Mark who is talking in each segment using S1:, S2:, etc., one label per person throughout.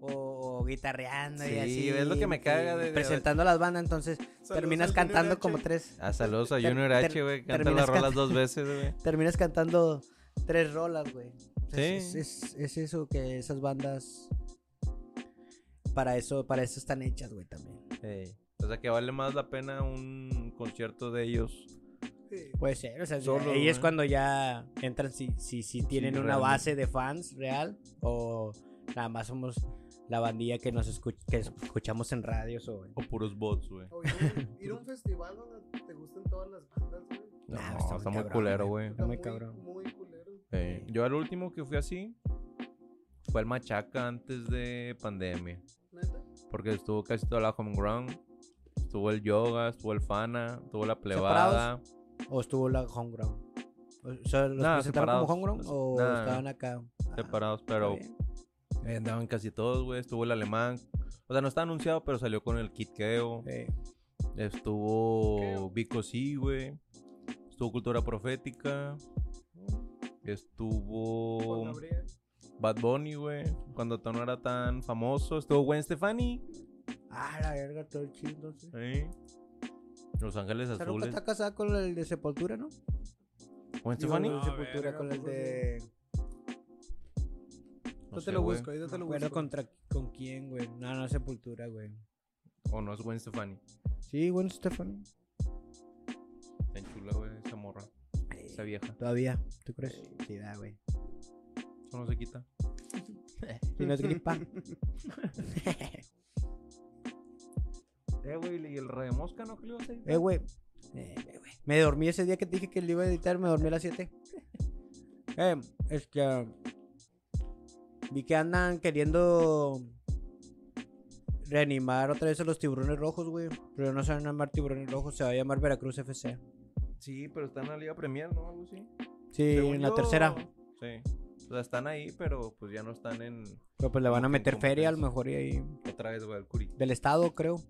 S1: O, o guitarreando y
S2: Sí,
S1: así.
S2: es lo que me caga de- de-
S1: presentando las bandas, entonces terminas
S3: al
S1: cantando
S3: Junior
S1: como
S3: H.
S1: tres.
S2: A saludos a
S1: Pues, Ter-
S2: Junior
S1: ter-
S2: H, güey. Canta
S1: terminas
S2: las rolas
S1: cantando.
S2: dos veces, güey.
S1: Terminas cantando tres rolas, güey.
S2: Sí.
S1: Es, es- es eso que esas bandas. Para eso, para eso están hechas, güey, también.
S2: Ey. O sea que vale más la pena un concierto de ellos.
S1: Puede ser, o sea,
S2: Solo,
S1: ahí es
S2: güey.
S1: cuando ya entran si, si, si tienen una
S2: realmente.
S1: base de fans real o nada más somos la bandilla que nos escuch- que escuchamos en radios o...
S2: O puros bots, güey.
S3: O ir a un- ir a un festival donde te gusten todas las bandas, güey.
S2: No,
S1: Nah,
S2: está, muy
S1: cabrón,
S2: culero, güey.
S3: Está
S1: muy cabrón.
S3: Muy culero.
S2: Ey. Yo al último que fui así fue al Machaca antes de pandemia.
S3: Neta.
S2: Porque estuvo casi toda la home ground. Estuvo el yoga, estuvo el fana, estuvo la plebada.
S1: ¿O estuvo la homegrown? O sea, ¿Los
S2: Nah,
S1: presentaron
S2: separados.
S1: como homegrown o
S2: Nah.
S1: estaban acá? Ah,
S2: Separados,
S1: está
S2: pero
S1: bien.
S2: ahí andaban casi todos, güey. Estuvo el alemán. O sea, no está anunciado, pero salió con el kit Keo.
S1: Eh,
S2: Estuvo Vico Sí, güey. Estuvo Cultura Profética.
S3: Juan
S2: Estuvo
S3: Gabriel.
S2: Bad Bunny, güey. Cuando no era tan famoso. Estuvo Gwen Stefani.
S1: Ah, la verga, todo el chido, entonces.
S2: Sí. Los Ángeles
S1: O sea, nunca
S2: Azules.
S1: está casada con el de Sepultura, ¿no? Digo,
S2: ¿Gwen Stefani?
S1: el de
S3: Ah,
S1: Sepultura,
S3: verga,
S1: con el
S3: poco
S1: de...
S2: No
S3: Yo
S2: sé,
S3: te lo
S2: güey.
S3: busco, yo te
S1: No
S3: lo
S1: acuerdo
S3: busco.
S1: contra, con quién, güey. No, no, Sepultura, güey.
S2: O no es Gwen Stefani.
S1: Sí, bueno, Stephanie.
S2: Está en chula, güey, esa morra. Esa vieja.
S1: Todavía, ¿tú crees? Sí, da, güey.
S2: Eso no se quita.
S1: Si no es gripa.
S2: Eh, güey, ¿y el re de mosca no que le iba a hacer?
S1: eh, güey. Eh, eh, güey. Me dormí ese día que te dije que le iba a editar, me dormí a las 7. eh, es que. Vi que andan queriendo. Reanimar otra vez a los tiburones rojos, güey. Pero no se van a llamar tiburones rojos, se va a llamar Veracruz FC.
S2: Sí, pero está en la Liga Premier, ¿no? Algo así.
S1: Sí,
S2: Según
S1: en la
S2: yo,
S1: tercera.
S2: Sí. O sea, están ahí, pero pues ya no están en.
S1: Pero pues le van a
S2: Como que en
S1: meter feria a lo
S2: competencia.
S1: mejor y ahí.
S2: Otra vez, güey, al Curi.
S1: Del Estado, creo.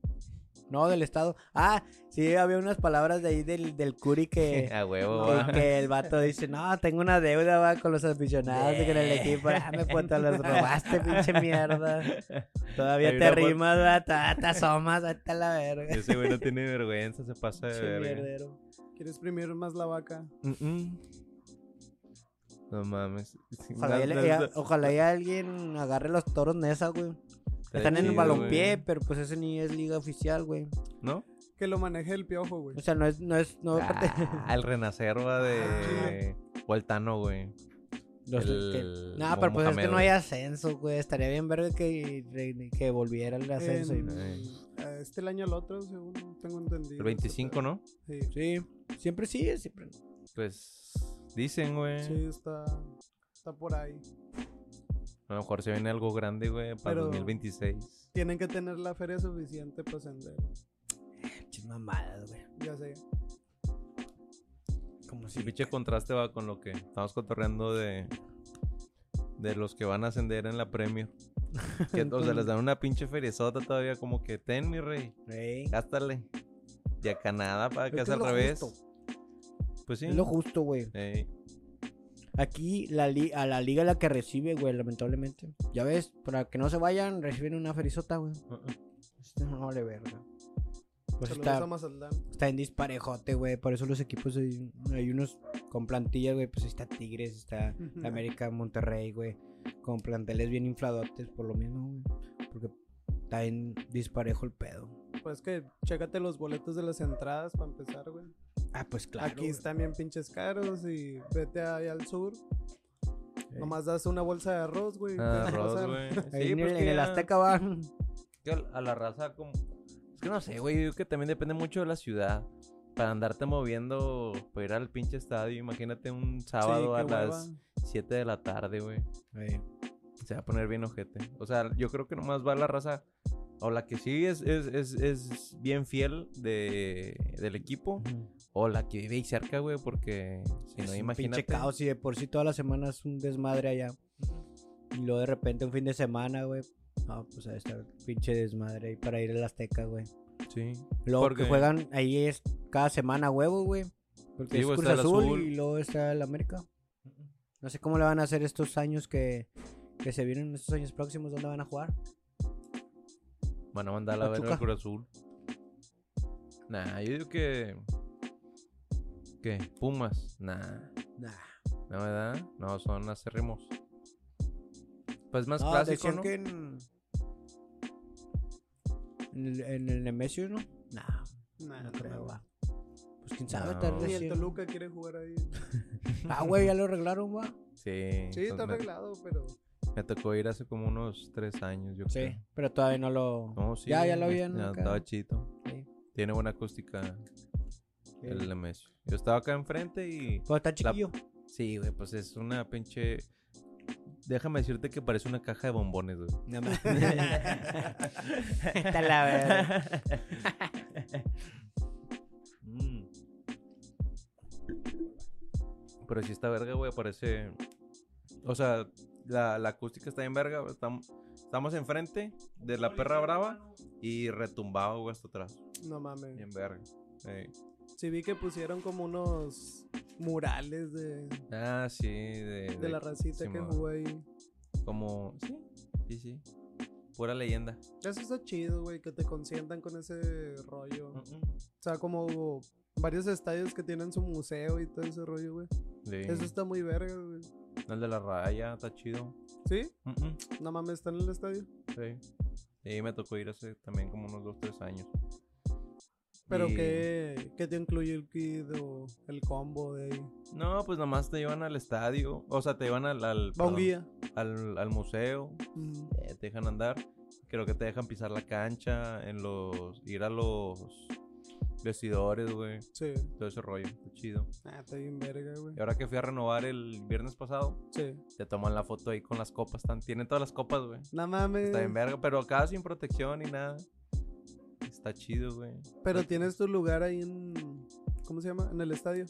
S1: No, del Estado. Ah, sí, había unas palabras de ahí del, del Curi que,
S2: A huevo,
S1: que,
S2: va.
S1: que el vato dice, no, tengo una deuda va, con los aficionados y con el equipo. Ah, me puto, los robaste, pinche mierda. Todavía
S2: Hay
S1: te
S2: una foto-
S1: rimas, va, todavía te asomas, hasta la verga.
S2: Ese güey no tiene vergüenza, se pasa de
S1: Pinche
S2: verga.
S1: mierdero.
S3: ¿Quieres primero más la vaca?
S2: Mm-mm. No mames. Sí,
S1: Ojalá,
S2: no,
S1: ya,
S2: no,
S1: le- ya-
S2: no.
S1: ojalá ya alguien agarre los toros Nesa, güey. Están en el
S2: chido,
S1: balompié,
S2: güey.
S1: pero pues ese ni es liga oficial, güey.
S2: ¿No?
S3: Que lo maneje el piojo, güey.
S1: O sea, no es, no es, no Ah, parte-
S2: Ah, el renacer va de. O el Tano, güey.
S1: Los-
S2: El-
S1: que- No, pero pues es que
S2: Mohamed,
S1: no
S2: güey.
S1: hay ascenso, güey. Estaría bien verga que, re- que volviera el ascenso.
S3: En-
S2: Sí.
S3: eh, este el año al otro, según tengo entendido.
S2: El 25, ¿no?
S3: Sí,
S1: Sí, siempre sí, siempre.
S2: Pues. Dicen, güey.
S3: sí, está, está por ahí.
S2: A lo mejor se viene algo grande, güey, para
S3: Pero-
S2: 2026.
S3: Tienen que tener la feria suficiente para ascender.
S1: Pinches mamadas, güey.
S3: Ya sé.
S1: Como si.
S2: Sí, pinche contraste va con lo que estamos cotorreando de. De los que van a ascender en la premio. Que, o sea, les dan una pinche feriezota todavía, como que ten, mi rey.
S1: Ey,
S2: Gástale. Y a Canadá para
S1: Pero es
S2: que
S1: que
S2: sea
S1: es
S2: al
S1: lo
S2: revés.
S1: justo.
S2: Pues sí.
S1: Es lo justo, güey.
S2: Ey,
S1: Aquí la li- a la liga la que recibe, güey, lamentablemente. Ya ves, para que no se vayan, reciben una ferizota, güey. Este no vale verga. Pues
S3: Saludos
S1: está,
S3: a Mazatlán.
S1: está en disparejote, güey. Por eso los equipos, hay, hay unos con plantillas, güey. Pues está Tigres, está
S3: Ujú.
S1: América, Monterrey, güey. Con planteles bien infladotes por lo mismo, güey. Porque está en disparejo el pedo.
S3: Pues que chécate los boletos de las entradas para empezar, güey.
S1: Ah, pues claro.
S3: Aquí están bien pinches caros y vete ahí al sur.
S1: Ey.
S3: Nomás das una bolsa de arroz, güey.
S2: Ah,
S3: puedes
S2: Ross,
S3: pasar.
S2: güey.
S1: Ahí
S2: Sí,
S1: en,
S2: pues
S1: el,
S2: que
S1: en el
S2: ya-
S1: Azteca van.
S2: que al- a la raza como... Es que no sé, güey, yo creo que también depende mucho de la ciudad. Para andarte moviendo, para ir al pinche estadio, imagínate un
S3: Sí,
S2: sábado
S3: qué
S2: a
S3: hueva.
S2: las 7 de la tarde, güey.
S1: Ey.
S2: Se va a poner bien ojete. O sea, yo creo que nomás va la raza. O la que sí es, es, es, es bien fiel de, del equipo. O la que vive ahí cerca, güey, porque si
S1: Es
S2: no,
S1: un
S2: imagínate.
S1: pinche caos y de por sí todas las semanas un desmadre allá. Y luego de repente un fin de semana, güey. No, pues a estar pinche desmadre ahí para ir al Azteca, güey.
S2: Sí.
S1: Luego
S2: Porque-
S1: que juegan ahí es cada semana huevo, güey. Porque
S2: Sí,
S1: es
S2: güey,
S1: Cruz
S2: está el
S1: Azul,
S2: Azul.
S1: y luego está el América. No sé cómo le van a hacer estos años que, que se vienen, estos años próximos, dónde van a jugar.
S2: Van a mandar a la verga
S1: Pachuca.
S2: al Cruz Azul. Nah, yo digo que. ¿Qué? Pumas. Nah.
S1: Nah.
S2: ¿No verdad? No, son acérrimos. Pues más
S1: No,
S2: clásico,
S1: decían
S2: ¿no?
S1: que en... En el, en el Nemesio, ¿no? Nah,
S3: Nah,
S1: no
S3: no
S1: creo,
S3: creo.
S1: va. Pues quién sabe,
S2: No.
S1: tal
S3: Ni
S1: vez
S3: el
S1: sí.
S3: Toluca quiere jugar ahí.
S1: Ah, güey, ya lo arreglaron, va.
S2: Sí.
S3: Sí, está
S2: pues me-
S3: arreglado, pero.
S2: Me tocó ir hace como unos tres años, yo creo.
S1: Sí, pero todavía no lo.
S2: No, sí.
S1: Ya, ya lo
S2: es-
S1: habían.
S2: ya
S1: acá.
S2: estaba chito.
S1: Sí.
S2: Tiene buena acústica
S1: Sí.
S2: el MS. Yo estaba acá enfrente y.
S1: Pero está chiquillo.
S2: Sí, güey, pues es una pinche. Déjame decirte que parece una caja de bombones, güey.
S1: No mames. Está la verga.
S2: Mm. Pero si esta verga, güey, parece. O sea, la, la acústica está en verga. güey. Estam- Estamos, enfrente de la perra brava y retumbado, güey, hasta atrás.
S3: No mames.
S2: Bien verga. Ey.
S3: Sí, vi que pusieron como unos murales de, de
S2: Ah, sí, de, de-
S3: la racita que
S2: Simón.
S3: jugó ahí.
S2: Como. Sí, sí, sí. Pura leyenda.
S3: Eso está chido, güey, que te consientan con ese rollo.
S2: Mm.
S3: O sea, como varios estadios que tienen su museo y todo ese rollo, güey.
S2: Sí.
S3: Eso está muy verga, güey.
S2: El de la raya, está chido. Mm,
S3: ¿Sí?
S2: Mm-mm.
S3: No mames, está en el estadio.
S2: Sí. Sí, me tocó ir hace también como unos 2, 3 años.
S3: Pero
S2: Y-
S3: que, que te incluye el kit o el combo de ahí.
S2: No, pues nomás te llevan al estadio. O sea, te llevan al, al,
S3: Va un
S2: perdón,
S3: guía.
S2: al, al museo.
S3: Ujú.
S2: eh, te dejan andar. Creo que te dejan pisar la cancha. En los. ir a los vestidores, güey.
S3: Sí.
S2: Todo ese rollo. Está chido.
S3: Ah, está bien verga, güey.
S2: Y ahora que fui a renovar el viernes pasado,
S3: Sí.
S2: te toman la foto ahí con las copas. Están, tienen todas las copas, güey.
S3: No mames.
S2: Está en verga, pero acá sin protección ni nada. Está chido, güey.
S3: Pero tienes tu lugar ahí en. ¿Cómo se llama? En el estadio.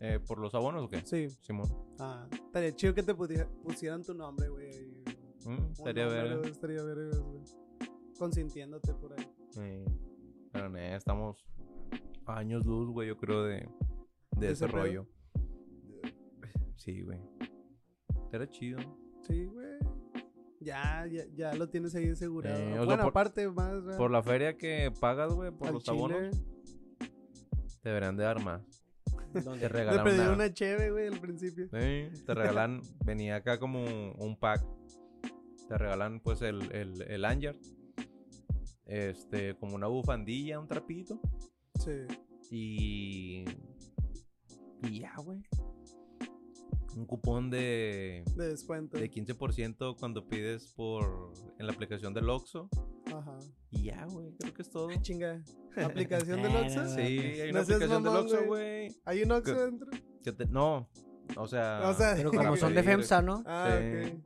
S2: Eh, ¿Por los abonos o qué?
S3: Sí.
S2: Simón.
S3: Ah, estaría chido que te puti- pusieran tu nombre, güey. ahí, güey.
S2: Mm,
S3: Un
S2: estaría
S3: nombre,
S2: verga.
S3: güey, Estaría verga, güey. Consintiéndote por ahí.
S2: Sí. eh, Pero ne, estamos a años luz, güey, yo creo, de, de
S3: ¿De
S2: ese
S3: ese pedo?
S2: rollo. Sí, güey. Era chido.
S3: Sí, güey. Ya, ya, ya lo tienes ahí asegurado.
S2: Eh, o sea,
S3: bueno,
S2: por-
S3: aparte, más, güey.
S2: Por la feria que pagas, güey, por
S3: Ah. al
S2: los
S3: chile,
S2: abonos, te deberían de dar más. Te
S1: ¿Dónde?
S3: Me
S2: regalan
S3: pedí
S2: una...
S3: una cheve, güey, al principio.
S2: Sí, te regalan... venía acá como un pack. Te regalan, pues, el, el, el lanyard, Este, como una bufandilla, un trapito.
S3: Sí.
S2: Y. Y ya, güey. Un cupón de.
S3: De descuento.
S2: De 15% cuando pides por. En la aplicación del Oxxo.
S3: Ajá.
S2: Y ya, güey. Creo que es todo.
S3: Ah, chinga. ¿Aplicación del
S1: Ah,
S3: Oxxo?
S1: no.
S2: Sí, hay
S3: No
S2: una
S3: seas
S2: aplicación
S3: mamón,
S2: del Oxxo, güey.
S3: ¿Hay un Oxxo
S2: Que-
S3: dentro?
S2: que te- No. O sea.
S3: O sea,
S1: Pero
S2: para
S1: como son de
S2: pedir.
S1: FEMSA, ¿no?
S3: Ah,
S2: Sí.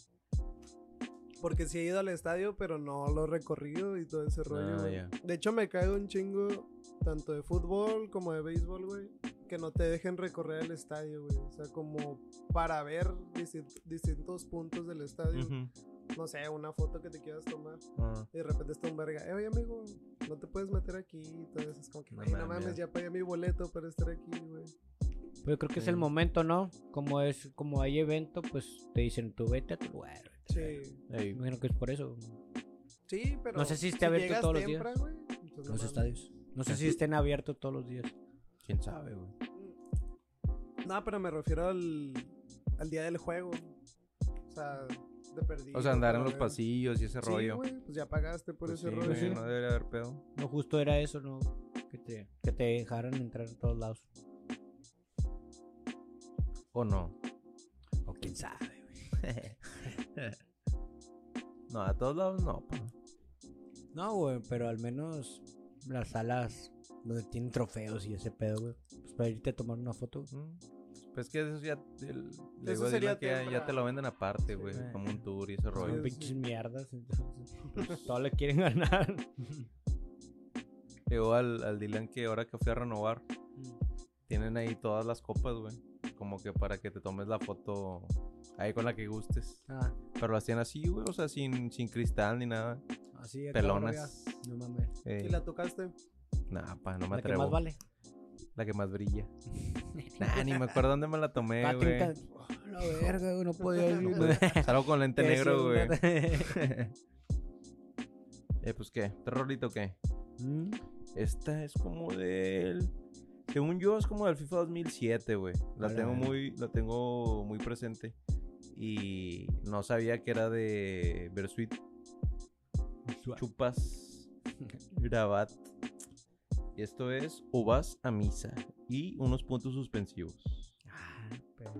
S3: ok. Porque sí he ido al estadio, pero no lo he recorrido y todo ese rollo.
S2: Ah,
S3: güey.
S2: ya.
S3: De hecho, me caigo un chingo tanto de fútbol como de béisbol, güey. Que no te dejen recorrer el estadio, güey. O sea, como para ver disti- distintos puntos del estadio.
S2: Ujú.
S3: No sé, una foto que te quieras tomar.
S2: Ah,
S3: Y de repente está un verga. Eh, oye, amigo, no te puedes meter aquí. Y todo eso es como que,
S2: No
S3: "Güey, no
S2: mames.
S3: mames, ya pagué mi boleto para estar aquí, güey.
S1: Pero creo que es el
S2: Sí.
S1: momento, ¿no? Como es, como hay evento, pues te dicen tú vete a tu lugar. vete a tu lugar".
S3: Sí.
S2: ey.
S1: Imagino que es por eso.
S3: Sí, pero.
S1: No sé si esté abierto
S3: llegas
S1: todos los días.
S3: temprano, güey, pues no
S1: Los
S3: mames.
S1: estadios. No sé si estén abiertos todos los días.
S2: ¿Quién sabe, güey?
S3: No, pero me refiero al, al día del juego. O sea, de perdido.
S2: O sea, andar en
S3: para
S2: los
S3: ver.
S2: pasillos y ese
S3: Sí,
S2: rollo.
S3: güey, pues ya pagaste por
S2: Pues
S3: ese
S2: sí,
S3: rollo.
S2: güey, no debería haber pedo.
S1: No justo era eso, ¿no? Que te, que te dejaran entrar en todos lados.
S2: ¿O no?
S1: O quién sabe, güey.
S2: No, a todos lados no, pa.
S1: No, güey, pero al menos las salas donde tienen trofeos y ese pedo, güey. Pues para irte a tomar una foto.
S2: Mm. Pues que eso ya. el- le
S3: Eso
S2: digo a Dylan
S3: sería
S2: que ya,
S3: tema.
S2: ya te lo venden aparte, güey.
S1: güey.
S2: Como un tour y ese
S1: Son
S2: rollo.
S3: Sí.
S1: pinches mierdas, entonces. pues, todos le quieren ganar.
S2: Le digo al, al Dylan que ahora que fui a renovar, tienen ahí todas las copas, güey. Como que para que te tomes la foto ahí con la que gustes.
S1: Ah,
S2: Pero lo hacían así, güey. O sea, sin, sin cristal ni nada.
S1: así. acá,
S2: Pelonas.
S1: verga. No mames.
S2: Eh,
S3: ¿Y la tocaste?
S2: Nah, pa, no me
S1: La que
S2: atrevo.
S1: más vale.
S2: La que más brilla. nah, ni me acuerdo dónde me la tomé,
S1: Ah,
S2: Eh, güey.
S1: 30. Oh, la verga, güey, no podía ir.
S2: No,
S1: güey.
S2: pues, Salgo con lente
S1: Te hacía
S2: negro, güey.
S1: una-
S2: eh, pues qué, terrorito qué.
S1: Mm,
S2: Esta es como del. Según yo, es como del FIFA 2007, güey. La
S1: A la
S2: tengo
S1: verga.
S2: muy, la tengo muy presente. Y no sabía que era de Bersuit Chupas Grabat. Y esto es Uvas a misa. Y unos puntos suspensivos.
S1: ah, pero-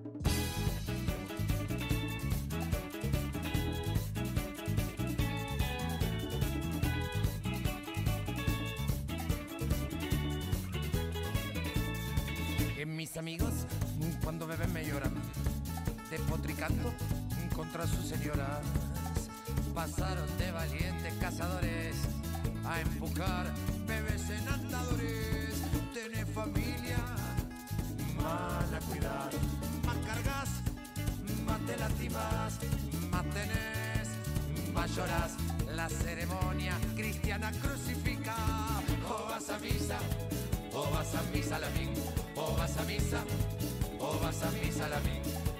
S4: que mis amigos mm, cuando beben me lloran, despotricando mm, contra sus señoras. Pasaron de valientes cazadores a empujar bebés en andadores. Tener familia, mal a cuidar, más cargas, más te lastimas, más tenés, más lloras. La ceremonia cristiana crucifica, o vas a misa, o vas a misa la o vas a misa, o vas a misa la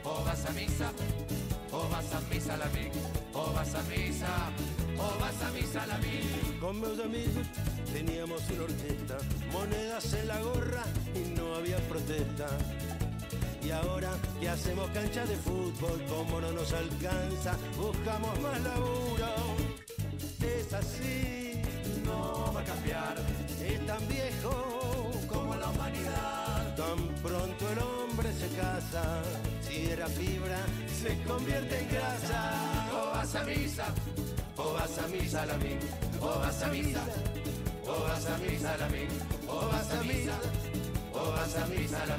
S4: o vas a misa, o vas a misa la o vas a misa, o vas a misa la
S5: Con meus amigos teníamos una orquesta, monedas en la gorra y no había protesta. Y ahora que hacemos cancha de fútbol, como no nos alcanza, buscamos más laburo. Es así, no va a cambiar. Es tan viejo como la humanidad. Tan pronto el hombre se casa, si era fibra, se convierte en grasa.
S4: o vas a misa, o vas a misa la o vas a misa, o vas a misa la o vas a misa, o vas a misa la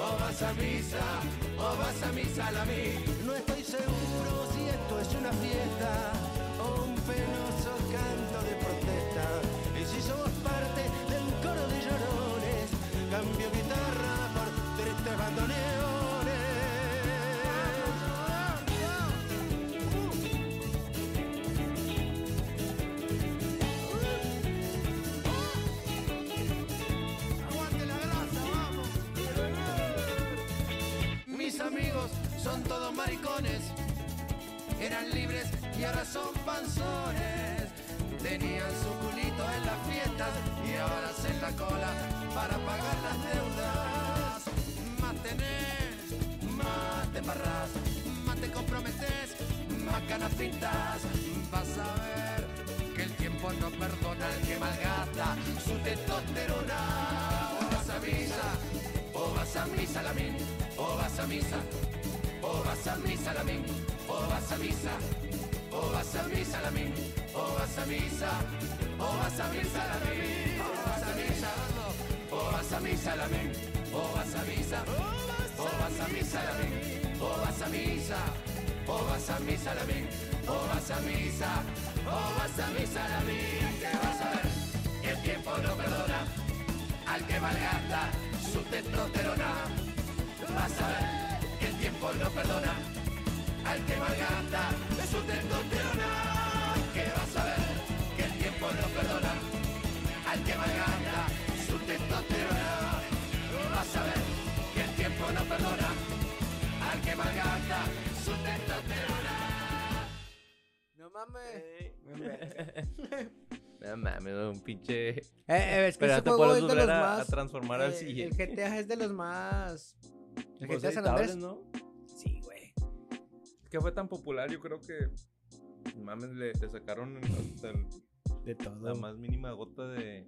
S4: o vas a misa, o vas a misa la
S5: No estoy seguro si esto es una fiesta o un penoso canto de protesta. Y si somos parte del coro de llorones, cambio guitarra por tristes bandoneones.
S4: Mis amigos son todos maricones. Eran libres y ahora son panzones. Tenían su culito en las fiestas y ahora hacen la cola para pagar las deudas. Más tenés, más te embarrás, más te comprometes, más ganas pintas. Vas a ver que el tiempo no perdona al que malgasta su testosterona. O vas a misa, o vas a misa la min, o vas a misa, o vas a misa la min, o vas a misa, o vas a misa la min, o vas a misa, o vas a misa la min, o vas a misa, o vas a misa la min, o vas a misa, o vas a misa la min, o vas a misa, o vas a misa la min, o vas a misa, o vas a misa la min, que vas a ver, que el tiempo no perdona al que malgasta su testosterona. Vas a ver que el tiempo no perdona al que malgasta su testosterona. Que vas a ver que el tiempo no perdona al que malgasta su testosterona. Vas a ver que el tiempo no perdona al que malgasta su testosterona.
S1: No mames.
S2: No mames, un pinche.
S1: Eh, eh, es que
S2: Pero
S1: ese
S2: te
S1: juego
S2: puedes
S1: es de los
S2: doblar a, a
S1: más.
S2: transformar al
S1: eh, el
S2: siguiente.
S1: GTA es de los más. El
S2: Pues
S1: GTA San
S2: editables,
S1: Andrés.
S2: ¿no?
S1: Sí, güey.
S2: que fue tan popular, yo creo que. Mames, le, le sacaron hasta el-
S1: De
S2: la
S1: todo.
S2: más mínima gota de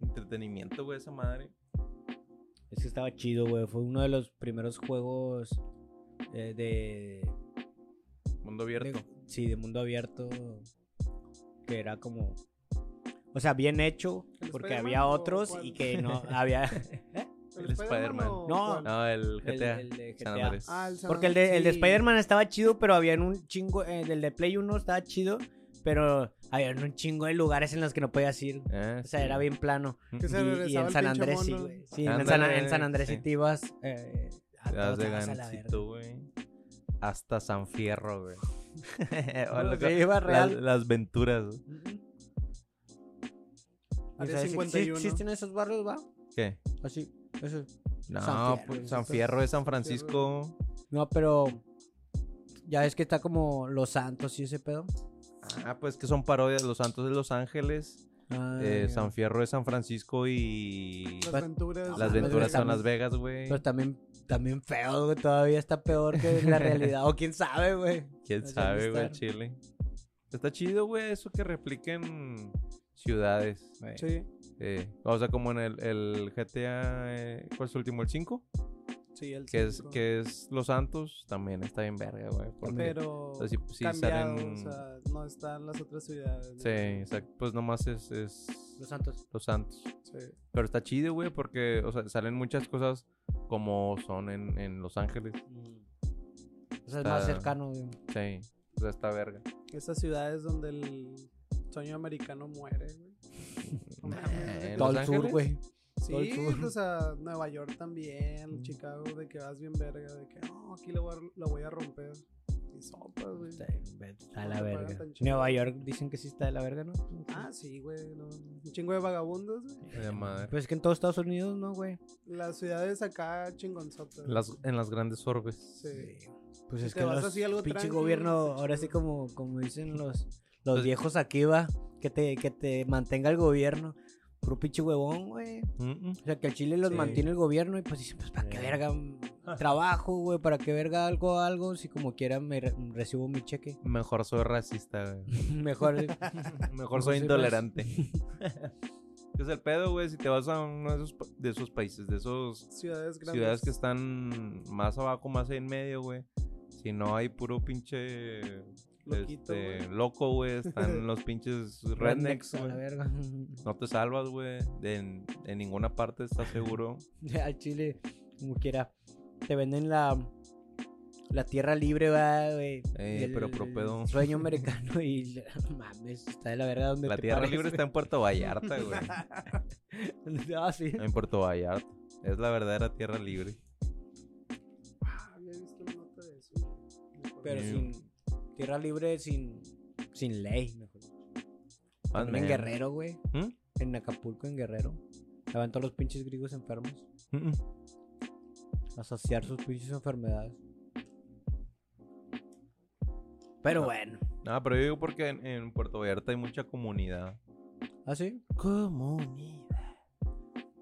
S2: entretenimiento, güey, esa madre.
S1: Es que estaba chido, güey. Fue uno de los primeros juegos eh, de,
S2: Mundo abierto.
S1: de- Sí, de mundo abierto. Que era como. O O sea, bien hecho,
S3: ¿El
S1: porque
S3: Spider-Man
S1: había
S3: o
S1: otros
S3: cuál?
S1: y que no había.
S2: El Spider-Man.
S3: o
S1: No,
S3: cuál?
S2: No, el GTA.
S1: el de
S2: San
S1: GTA.
S2: Andrés.
S3: Ah, el San
S1: Porque el de, el de
S3: Sí.
S1: Spider-Man estaba chido, pero había en un chingo. eh, El del de Play 1 estaba chido, pero había en un chingo de lugares en los que no podías ir.
S2: Ah,
S1: O sea,
S2: sí.
S1: era bien plano.
S3: Que se
S1: Y- y,
S3: regresaba
S1: en
S3: el
S1: San
S3: pinche
S1: Andrés sí,
S3: mono.
S1: güey. Sí, en
S2: Ándale,
S1: San, en San Andrés
S2: sí.
S1: sí te ibas. eh, a
S2: Te das
S1: todos
S2: de
S1: lados a la verga.
S2: gancito, güey. Hasta San Fierro, güey.
S1: No,
S2: Hola,
S1: sí,
S2: co-
S1: iba
S2: las-
S1: real.
S2: Las, venturas.
S1: O
S3: Área
S1: sea, sí- sí
S3: 51.
S1: existen esos barrios, va?
S2: ¿Qué?
S1: Así, eso.
S2: No,
S1: Fierro,
S2: pues,
S3: eso
S2: San
S3: está-
S2: Fierro es San
S3: San Fierro.
S2: Francisco.
S1: No, pero ya es que está como Los Santos y ese pedo.
S2: Ah, pues que son parodias. Los Santos de Los Ángeles.
S1: Ah,
S2: eh,
S1: ya.
S2: San Fierro es San Francisco y.
S3: Las
S1: Pues-
S3: aventuras.
S2: Las
S1: güey,
S2: venturas son
S1: también-
S2: Las Vegas, güey.
S1: Pero también, también feo, güey. Todavía está peor que la realidad. o quién sabe, güey.
S2: ¿Quién
S1: Las
S2: sabe, güey?
S1: Vegas están.
S2: Chile. Está chido, güey, eso que repliquen ciudades.
S3: Sí,
S2: Eh, o sea, como en el, el GTA. eh, ¿Cuál es el último? ¿El 5?
S3: sí, el
S2: Que es,
S3: cinco.
S2: que es Los Santos. También está bien verga, güey. porque-
S3: Pero.
S2: o sea, sí- sí
S3: cambiado,
S2: salen-
S3: o sea, no están las otras ciudades.
S2: Sí, exacto. Pues nomás es, es
S1: Los Santos.
S2: Los Santos.
S3: Sí.
S2: Pero está chido, güey, porque o sea, salen muchas cosas como son en, en Los Ángeles.
S1: O sea, es más
S2: Está-
S1: cercano, güey.
S2: Sí. O sea, está verga.
S3: Esas ciudades donde el sueño americano muere, güey. No mames, güey.
S2: ¿En
S1: Todo
S2: Eh, Los
S1: el sur,
S2: Ángeles?
S1: güey. todo el
S3: Sí,
S1: sur.
S3: o sea, Nueva York también, Chicago, de que vas bien verga, de que no, aquí lo voy a, lo voy a romper. Y sopas, güey.
S1: Está de la
S3: No me pagan
S1: verga.
S3: tan chido.
S1: Nueva York dicen que sí está de la verga, ¿no?
S3: Ah, sí, güey, no, un chingo de vagabundos, güey.
S2: De madre.
S1: Pues es que en todos Estados Unidos, ¿no, güey?
S3: Las ciudades acá chingonzotas.
S2: Las, en las grandes orbes.
S3: Sí.
S1: Pues
S3: Si
S1: es
S3: te
S1: que
S3: vas
S1: los
S3: así algo
S1: pinche
S3: tranqui, pues,
S1: gobierno,
S3: güey, está
S1: ahora sí
S3: chido.
S1: como, como dicen los, los
S2: Pues-
S1: viejos aquí, va, que te, que te mantenga el gobierno. Puro pinche huevón, güey.
S2: Mm, mm.
S1: O sea, que al Chile los
S2: Sí.
S1: mantiene el gobierno y pues dicen, pues para qué verga mm, trabajo, güey, para qué verga algo, algo, si como quiera me re- recibo mi cheque.
S2: Mejor soy racista, güey.
S1: Mejor.
S2: Mejor soy
S1: Yo soy
S2: intolerante. es el pedo, güey, si te vas a uno de esos, pa- de esos países, de esos
S3: Ciudades grandes.
S2: ciudades que están más abajo, más en medio, güey. Si no hay puro pinche
S3: Loquito,
S2: este,
S3: güey.
S2: loco, güey, están los pinches rednecks,
S1: a la
S2: güey.
S1: verga.
S2: No te salvas, güey. De, en- de ninguna parte estás seguro.
S1: al Chile, como quiera. Te venden la. La tierra libre, va, güey.
S2: Eh,
S1: y el-
S2: pero pro pedo.
S1: el Sueño americano y. la- Mames, está de la verga donde
S2: La
S1: te
S2: tierra
S1: pares,
S2: libre está en Puerto Vallarta, güey.
S1: güey. Ah, sí.
S2: En Puerto Vallarta. Es la verdadera tierra libre.
S3: Ah, había visto una nota de eso. güey. Me acuerdo.
S1: Pero
S2: Sí.
S1: sin. Tierra libre sin. Sin ley, mejor.
S2: Más
S1: También Pues en
S2: menos.
S1: Guerrero, güey.
S2: ¿Mm?
S1: En Acapulco, en Guerrero. Levantó a los pinches griegos enfermos.
S2: Mm, mm.
S1: A saciar sus pinches enfermedades. Pero
S2: Ah.
S1: bueno.
S2: No, pero yo digo porque en, en Puerto Vallarta hay mucha comunidad.
S1: ¿Ah, sí?
S2: Comunidad.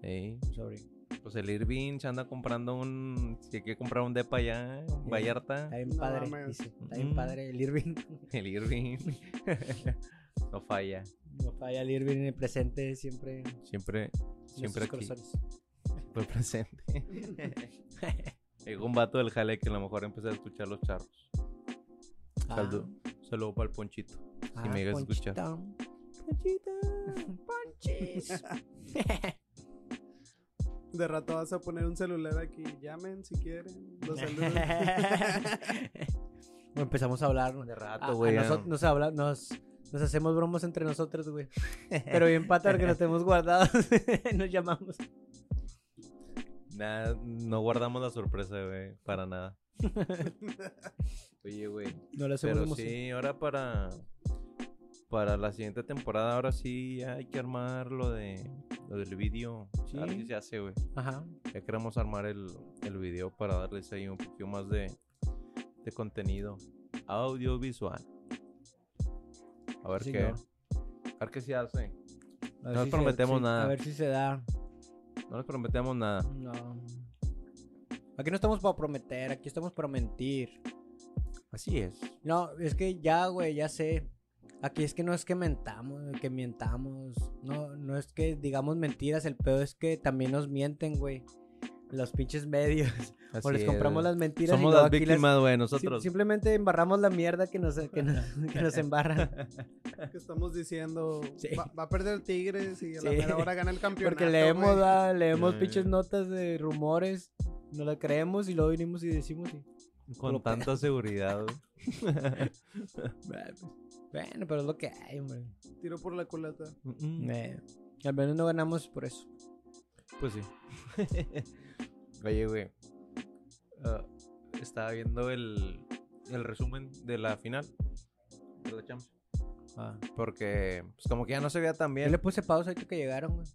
S2: Sí.
S1: Sorry.
S2: Pues el Irving se anda comprando un. Si quiere comprar un depa allá, en
S1: Sí.
S2: Vallarta.
S1: Está bien
S3: No
S1: padre,
S3: mames.
S1: dice. Está bien
S2: Mm.
S1: padre el Irving.
S2: El Irving. no falla.
S1: No falla el Irving en el presente siempre. en
S2: Siempre, siempre
S1: nuestros
S2: aquí.
S1: corazones.
S2: Fue presente. Llegó un vato del jale que a lo mejor empezó a escuchar los charros.
S1: Ah.
S2: Saludo, saludo para el Ponchito. Si
S1: Ah,
S2: me llegas a escuchar.
S1: Ponchita. Ponchis.
S3: De rato vas a poner un celular aquí. Llamen si quieren. Los saludos.
S1: Bueno, empezamos a hablar.
S2: De
S1: A- a
S2: rato, güey.
S1: noso- Ah, nos, habla- nos, nos hacemos bromas entre nosotros, güey. Pero bien pata porque los tenemos guardados. nos llamamos.
S2: Nah, no guardamos la sorpresa, güey. Para nada. Oye, güey.
S1: No lo hacemos
S2: Pero
S1: emoción.
S2: sí, ahora para para la siguiente temporada, ahora sí hay que armar lo de lo del vídeo.
S1: Sí.
S2: A ver si se hace, güey.
S1: Ajá.
S2: Ya queremos armar el, el video para darles ahí un poquito más de, de contenido audiovisual. A ver
S1: Sí,
S2: qué.
S1: no.
S2: A ver qué se hace.
S1: A ver
S2: No
S1: si se-
S2: prometemos
S1: sí,
S2: nada.
S1: A ver si se da.
S2: No les prometemos nada.
S1: No. Aquí no estamos para prometer, aquí estamos para mentir.
S2: Así es.
S1: No, es que ya, güey, ya sé. Aquí es que no es que mentamos, güey, que mientamos. No, no es que digamos mentiras, el pedo es que también nos mienten, güey. los pinches medios.
S2: Así
S1: o les
S2: es,
S1: compramos
S2: güey.
S1: las mentiras. y
S2: Somos
S1: luego
S2: las
S1: aquí
S2: víctimas, güey, nosotros.
S1: Sim- simplemente embarramos la mierda que nos, que nos, que nos embarran.
S3: que estamos diciendo
S1: Sí.
S3: va, va a perder Tigres y a la
S1: Sí.
S3: mera hora gana el campeonato.
S1: Porque leemos,
S3: güey.
S1: ¿verdad? leemos
S2: Sí.
S1: pinches notas de rumores, no la creemos y luego vinimos y decimos. y-
S2: Con
S1: Puro
S2: tanta seguridad, güey.
S1: pues, Bueno, pero es lo que hay, hombre.
S3: Tiro por la culata.
S2: Mm, mm.
S1: Eh, al menos no ganamos por eso.
S2: Pues sí. Oye, güey. ah, estaba viendo el, el resumen de la final de la Champions.
S1: Ah.
S2: Porque, pues como que ya no se veía tan
S1: Yo
S2: bien.
S1: le puse pausa ahorita que llegaron, güey.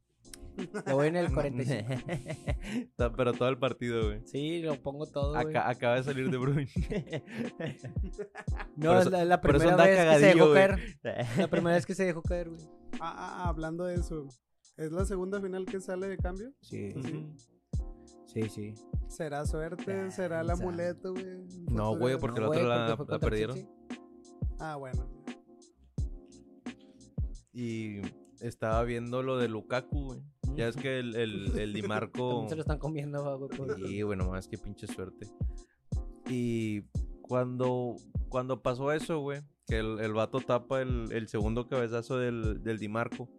S1: Lo voy en el 45.
S2: Ta- Pero todo el partido, güey.
S1: Sí, lo pongo todo, güey.
S2: Aca- acaba de salir de Bruyne.
S1: No, es
S2: por eso-
S1: la, la
S2: por eso
S1: primera
S2: anda
S1: vez que se
S2: cagadillo,
S1: dejó
S2: güey.
S1: caer. La primera vez que se dejó caer, güey.
S3: Ah, ah, ah, hablando de eso, ¿es la segunda final que sale de cambio?
S1: Sí.
S2: Ujú.
S1: Sí, sí.
S3: ¿Será suerte?
S1: Ah,
S3: ¿Será el
S1: quién sabe.
S3: amuleto, güey?
S2: No,
S3: Futuro.
S2: güey, porque
S1: No,
S2: la
S1: güey,
S2: otra
S1: porque fue
S2: la- la
S1: contra el
S2: perdieron.
S1: Chelsea.
S3: Ah, bueno.
S2: Y estaba viendo lo de Lukaku, güey. Ya es que el, el, el Di Marco.
S1: También se lo están comiendo, va, güey. por-
S2: Y bueno, más que pinche suerte. Y cuando, cuando pasó eso, güey, que el, el vato tapa el, el segundo cabezazo del, del Di Marco,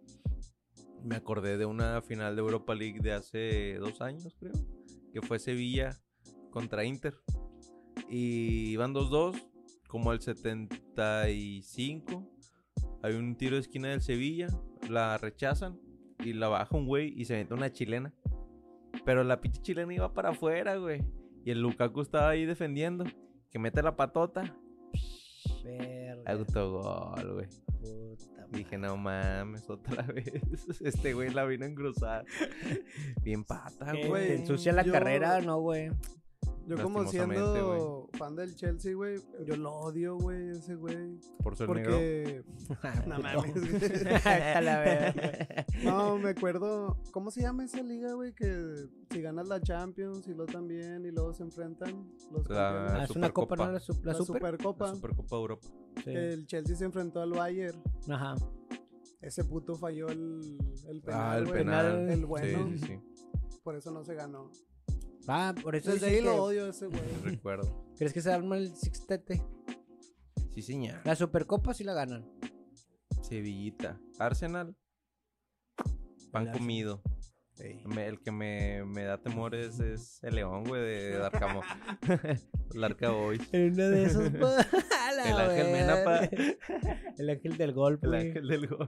S2: me acordé de una final de Europa League de hace dos años, creo, que fue Sevilla contra Inter. Y iban 2-2, como al 75. Hay un tiro de esquina del Sevilla, la rechazan y la baja un güey y se mete una chilena. Pero la pinche chilena iba para afuera, güey. Y el Lukaku estaba ahí defendiendo. Que mete la patota.
S1: Verga,
S2: Autogol, güey.
S1: puta
S2: Dije, no mames, otra vez. Este güey la vino a engrosar. Bien pata,
S1: madre.
S3: Ah, güey,
S1: Te ensucia la
S3: yo-
S1: carrera, no, güey.
S3: Yo como
S2: Lastimosamente,
S3: siendo fan del Chelsea, güey, yo lo odio, güey, ese güey.
S2: Por ser negro.
S3: Porque... No mames.
S1: A la verga.
S3: No, me acuerdo. ¿Cómo se llama esa liga, güey? Que si ganas la Champions y lo también y luego se enfrentan los
S2: La-
S3: campeones.
S1: Ah, es una copa,
S2: Supercopa.
S1: ¿no? La, su- la
S3: La, eh,
S1: super.
S3: Supercopa.
S2: La Supercopa Europa.
S1: Sí.
S3: El Chelsea se enfrentó al Bayern.
S1: Ajá.
S3: Ese puto falló el, el penal.
S2: ah, el
S3: güey.
S2: penal.
S3: El bueno.
S2: Sí, sí, sí.
S3: Por eso no se ganó.
S1: Ah, por eso
S3: Desde
S1: dices
S3: ahí
S1: que-
S3: lo odio a ese güey.
S2: Recuerdo.
S1: ¿Crees que se arma el sextete?
S2: Sí, señor.
S1: La supercopa sí la ganan.
S2: Sevillita. Arsenal. Pan
S1: Arsenal.
S2: comido. Me- el que me, me da temor es, es el león, güey, de, de Darkamo. el Arca Boys.
S1: En uno de esos. pa- a la
S2: El ángel Mena, pa.
S1: verga. El ángel del golpe.
S2: El ángel del gol.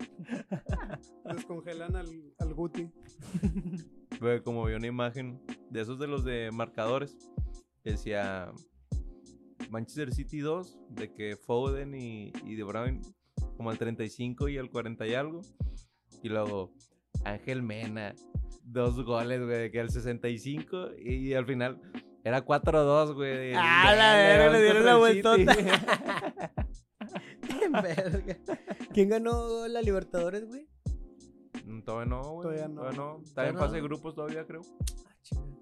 S3: Descongelan al, al Guti.
S2: Güey, como vi una imagen de esos de los de marcadores, que decía Manchester City 2, de que Foden y, y De Bruyne como al 35 y al 40 y algo. Y luego Ángel Mena, dos goles, güey, de que al 65 y, al final era 4-2, güey.
S1: Ah, la verga,
S2: León
S1: le dieron la
S2: contra el City.
S1: Verga. ¿Quién ganó la Libertadores, güey?
S2: Mm, Todavía no, güey. Todavía
S3: Todavía
S2: no.
S3: no.
S2: Está
S1: Todavía
S2: en
S1: no.
S2: fase de grupos todavía, creo.
S1: Ah, chinga.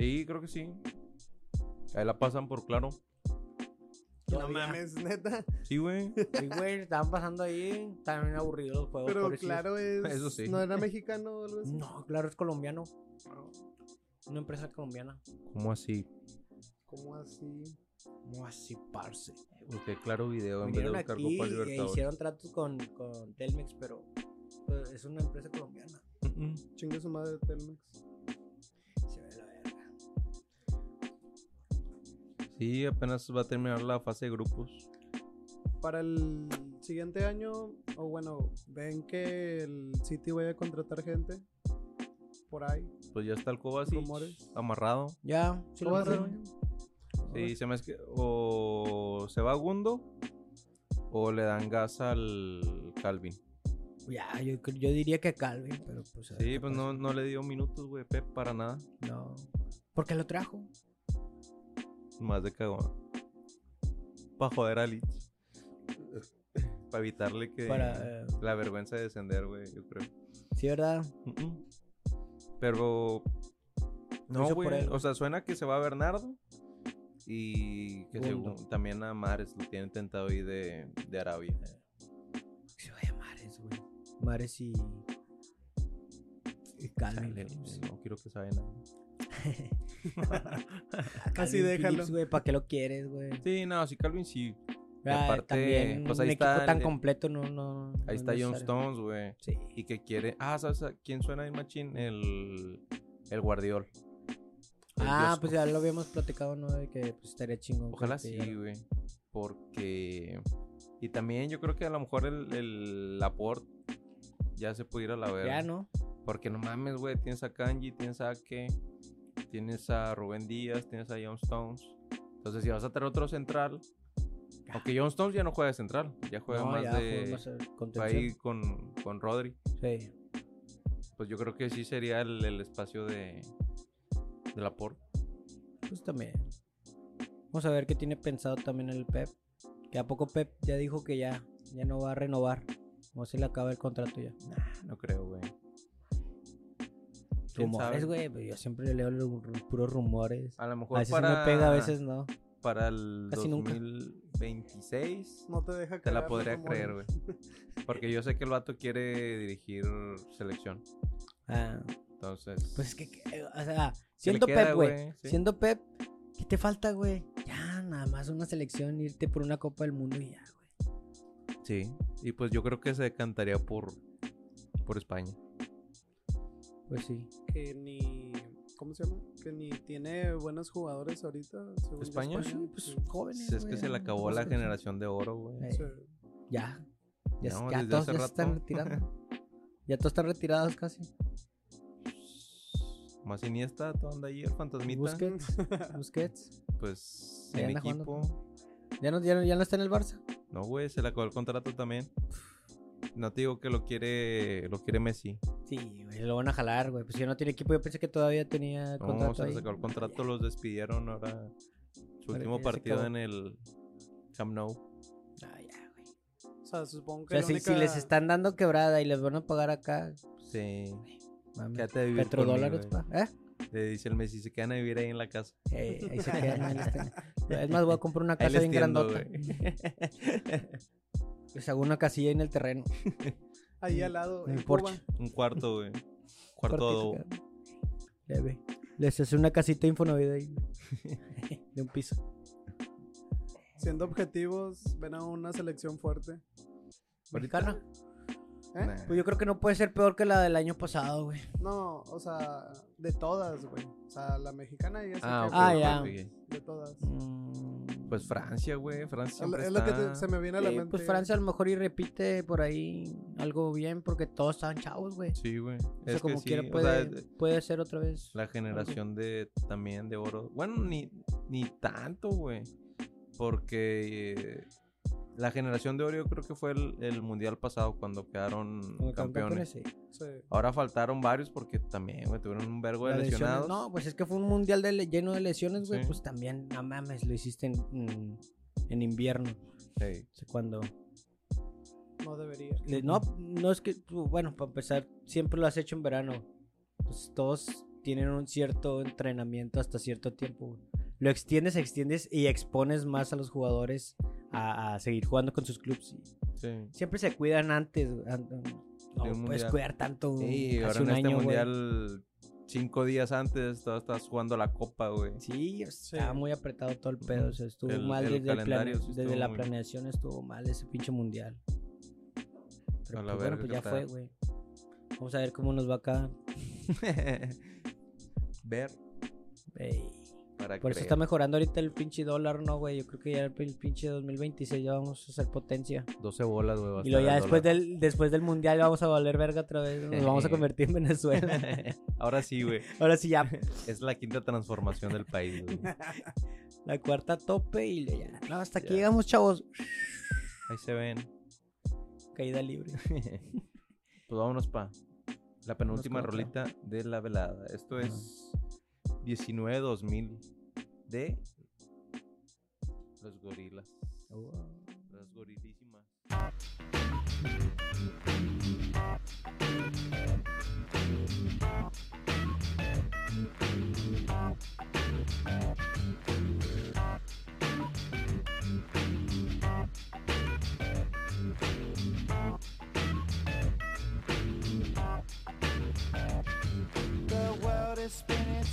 S2: Sí, creo que sí. Ahí la pasan por claro.
S3: No
S1: Todavía.
S3: mames, neta.
S2: Sí, güey.
S1: Sí, güey, estaban pasando ahí. También aburridos los juegos.
S3: Pero
S1: pobrecitos.
S3: claro es.
S2: Eso sí.
S3: No era mexicano o algo así.
S1: No, claro, es colombiano. Una empresa colombiana.
S2: ¿Cómo así?
S3: ¿Cómo así?
S1: ¿Cómo así, parce?
S2: Porque claro video, en vez de
S1: Vinieron
S2: buscar
S1: aquí
S2: Copa
S1: e
S2: Libertadores.
S1: hicieron tratos con, con Telmex, pero pues, es una empresa colombiana.
S2: Mm, mm.
S3: Chingue su madre Telmex.
S1: Se ve la verga.
S2: Sí, apenas va a terminar la fase de grupos.
S3: Para el siguiente año, o bueno, ven que el City vaya a contratar gente por ahí.
S2: Pues ya está el Kovacic
S3: Rumores.
S2: amarrado.
S1: Ya, sí lo
S3: ¿Cómo va a ser?
S1: compraron ya.
S2: Sí, se me es que o se va Gundo o le dan gas al Calvin.
S1: Ya, yo, cre- yo diría que Calvin, pero pues. a ver
S2: Sí,
S1: qué
S2: pues no, no le dio minutos, güey, Pep, para nada.
S1: pasa. No. Porque lo trajo.
S2: Más de cagón. Para joder a Leeds. Para evitarle que
S1: Para, eh,
S2: la vergüenza de descender, güey, yo creo.
S1: Sí, ¿verdad?
S2: Mm-mm. Pero. No,
S1: hizo por
S2: güey.
S1: él,
S2: O sea, suena que se va a Bernardo. Y que
S1: Gundo.
S2: según también a Mares lo tiene tentado ir de, de Arabia.
S1: Que se vaya Mares, güey. Mares y. Calvin
S2: Chale,
S1: Phillips.
S2: güey, no quiero que saben nada.
S3: Así
S1: Ah, Calvin
S3: déjalo.
S1: Phillips, güey, ¿para qué lo quieres, güey?
S2: Sí, no, sí, Calvin sí. Y
S1: Ah,
S2: aparte,
S1: también
S2: pues
S1: un
S2: ahí
S1: equipo
S2: está.
S1: tan
S2: el-
S1: completo no, no. no
S2: ahí está
S1: es
S2: John
S1: necesario.
S2: Stones, güey.
S1: Sí.
S2: Y que quiere. Ah, ¿sabes a quién suena en Machín? El. El Guardiol. El
S1: Ah,
S2: Diosco.
S1: pues ya lo habíamos platicado, ¿no? De que pues, estaría chingón. que
S2: Ojalá
S1: te
S2: sí,
S1: llegara.
S2: güey. Porque. Y también yo creo que a lo mejor el, el Laporte ya se pudiera la ver.
S1: Ya, ¿no?
S2: Porque no mames, güey. Tienes a Kanji, tienes a Ake, tienes a Rubén Díaz, tienes a John Stones. Entonces, si vas a traer otro central. Aunque John Stones ya no juega de central, ya juega
S1: No,
S2: más
S1: ya
S2: de.
S1: juega más, eh, contención.
S2: ahí con, con Rodri.
S1: Sí.
S2: Pues yo creo que sí sería el, el espacio de. de Laporte.
S1: Pues también. Vamos a ver qué tiene pensado también el Pep. Que a poco Pep ya dijo que ya, ya no va a renovar. O se le acaba el contrato ya.
S2: No creo, güey. ¿Quién
S1: Rumores,
S2: sabe?
S1: güey. pues Yo siempre leo los ru- puros rumores.
S2: A lo mejor
S1: A veces
S2: para,
S1: me pega, a veces no.
S2: para el
S1: Casi nunca.
S2: 2026
S3: No te deja
S2: te
S3: cagar
S2: la
S1: Ah,
S3: los
S2: podría
S3: rumores.
S2: creer, güey. Porque yo sé que el vato quiere dirigir selección.
S1: Ah,
S2: Entonces,
S1: pues es que, que- o sea,
S2: ¿qué le
S1: siendo
S2: queda,
S1: Pep, güey.
S2: Sí.
S1: Siendo Pep, ¿qué te falta, güey? Ya, nada más una selección, irte por una Copa del Mundo y ya, güey.
S2: Sí. Y pues yo creo que se decantaría por, por España.
S1: Pues sí.
S3: Que ni. ¿Cómo se llama? Que ni tiene buenos jugadores ahorita. según yo,
S2: ¿España?
S1: Pues sí, pues
S3: sí.
S1: jóvenes.
S2: es que
S1: güey,
S2: se
S1: ¿no?
S2: le acabó
S1: Pues,
S2: la
S1: pues,
S2: generación de oro, güey.
S1: Eh,
S3: Sí.
S1: Ya. Ya,
S2: No,
S1: ya
S2: desde
S1: todos
S2: hace
S1: ya se están
S2: rato.
S1: retirando. ya todos están retirados casi.
S2: pues, Más Iniesta, todo anda ahí, el fantasmita.
S1: Busquets. Busquets.
S2: Pues
S1: Ahí
S2: en
S1: anda jugando.
S2: equipo.
S1: Ya no, ya, no, ya no está en el Barça.
S2: No, güey, se le acabó el contrato también. No te digo que lo quiere, lo quiere Messi.
S1: Sí, güey, lo van a jalar, güey. Pues si no tiene equipo, yo pensé que todavía tenía
S2: No,
S1: contrato.
S2: se
S1: ahí.
S2: les acabó el contrato, los despidieron ahora. Su
S1: Ahora
S2: último
S1: que ya se
S2: partido
S1: acabó.
S2: en el Camp Nou.
S1: Ah, ya, güey.
S3: O sea, supongo
S1: O
S3: que.
S1: sea,
S3: la
S1: si, si
S3: única-
S1: les están dando quebrada y les van a pagar acá,
S2: Sí.
S1: mames,
S2: Quédate a vivir
S1: pues, petrodólares,
S2: conmigo,
S1: pa. ¿Eh?
S2: Le dice el Messi, se quedan a vivir ahí en la casa.
S1: Eh, ahí se quedan. ahí les tengo. es más, voy a comprar una
S2: Ahí
S1: casa
S2: les
S1: bien
S2: tiendo,
S1: grandota.
S2: güey.
S1: Les hago una Pues, casilla en el terreno.
S3: Ahí al lado.
S1: En
S3: En,
S1: el porche.
S3: Cuba.
S2: Un cuarto, güey. Cuarto de
S1: Cortito,
S2: adobo.
S1: acá. Leve. Les hace una casita infonavida ahí. De un piso.
S3: Siendo objetivos, ven a una selección fuerte.
S1: ¿Mexicana?
S3: ¿Eh?
S2: Nah.
S1: Pues yo creo que no puede ser peor que la del año pasado, güey.
S3: No, o sea, de todas, güey. O sea, la mexicana y esa
S2: Ah,
S3: que-
S2: ok,
S1: Ah,
S2: ok,
S1: ya. Mm.
S2: ok.
S3: De todas.
S2: Pues Francia, güey. Francia
S3: Es lo-
S2: siempre
S3: es lo que te-
S2: está-
S3: se me viene a la
S1: Sí,
S3: mente.
S1: pues Francia a lo mejor y repite por ahí algo bien porque todos estaban chavos, güey.
S2: Sí, güey.
S1: O sea,
S2: Es
S1: como
S2: que sí,
S1: quiera
S2: o
S1: puede,
S2: sea, es-
S1: puede ser otra vez.
S2: La generación de también de oro. Bueno, ni, ni tanto, güey. Porque eh, la generación de oro yo creo que fue el, el mundial pasado cuando quedaron
S1: Como
S2: campeones.
S1: campeones, sí.
S3: Sí.
S2: Ahora faltaron varios porque también, güey, tuvieron un vergo de
S1: Las lesiones,
S2: lesionados.
S1: No, pues es que fue un mundial de le- lleno de lesiones, güey.
S2: Sí.
S1: Pues también, no mames, lo hiciste en, en- en invierno.
S2: Sí.
S1: O sea, cuando.
S3: No debería.
S1: le- no, pues, no es que. tú- Bueno, para empezar, siempre lo has hecho en verano. Pues todos tienen un cierto entrenamiento hasta cierto tiempo, güey. Lo extiendes, extiendes y expones más a los jugadores a, a seguir jugando con sus clubes.
S2: sí.
S1: Siempre se cuidan antes. güey, an- an- No
S2: De
S1: puedes
S2: un mundial.
S1: cuidar tanto.
S2: Sí,
S1: casi
S2: ahora
S1: un
S2: en este
S1: año, güey.
S2: mundial, cinco días antes, todavía estás jugando la copa, güey.
S1: Sí, estaba
S3: Sí.
S1: muy apretado todo el pedo. O sea, estuvo
S2: El-
S1: mal
S2: el
S1: desde, el plane-
S2: calendario sí
S1: desde
S2: estuvo
S1: la
S2: muy-
S1: planeación, estuvo mal ese pinche mundial. Pero
S2: A la
S1: pues, bueno,
S2: verga
S1: pues
S2: que
S1: ya
S2: está.
S1: fue, güey. Vamos a ver cómo nos va acá.
S2: Ver
S1: Ey.
S2: para
S1: Por eso
S2: creer.
S1: está mejorando ahorita el pinche dólar, ¿no, güey? Yo creo que ya el pin- pinche 2026 ya vamos a ser potencia.
S2: 12 bolas, güey. va a
S1: Y luego
S2: estar
S1: ya
S2: el
S1: después
S2: dólar.
S1: del, después del mundial vamos a valer verga otra vez. Nos vamos a convertir en Venezuela.
S2: Ahora sí, güey.
S1: Ahora sí ya
S2: Es la quinta transformación del país, güey.
S1: la cuarta tope y luego ya. No, hasta aquí
S2: Ya.
S1: llegamos, chavos.
S2: Ahí se ven.
S1: Caída libre.
S2: pues vámonos pa la penúltima
S1: con otra.
S2: rolita de la velada. Esto
S1: Ajá.
S2: es 19-2000 de los gorilas.
S1: Oh.
S2: Las gorilísimas.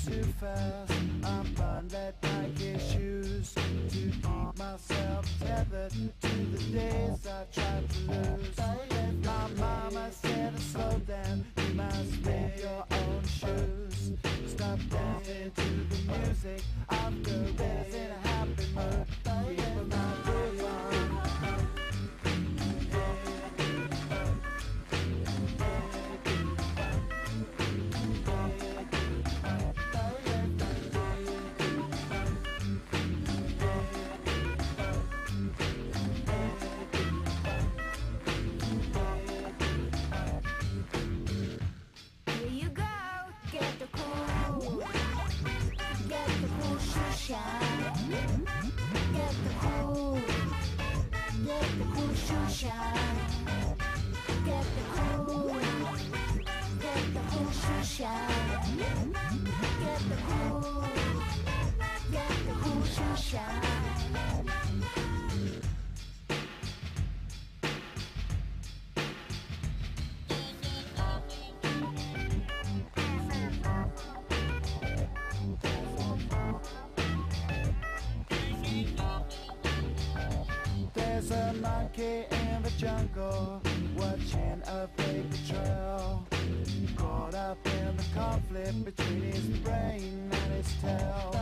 S4: Quiero fast. Unbound that Nike shoes to keep myself tethered to the days I tried to lose. My mama said to slow down, you must make your own shoes. Stop dancing to the music after this in a happy mood. Keep my groove on.
S6: Here you go. Get the cool. Get the cool shoe shine. Get the cool. Get the cool shoe shine. Get the cool. Get the cool shoe shine. Get the cool. Get the cool shoe shine.
S4: There's a monkey in the jungle watching a big trail. Caught up in the conflict between his brain and his tail.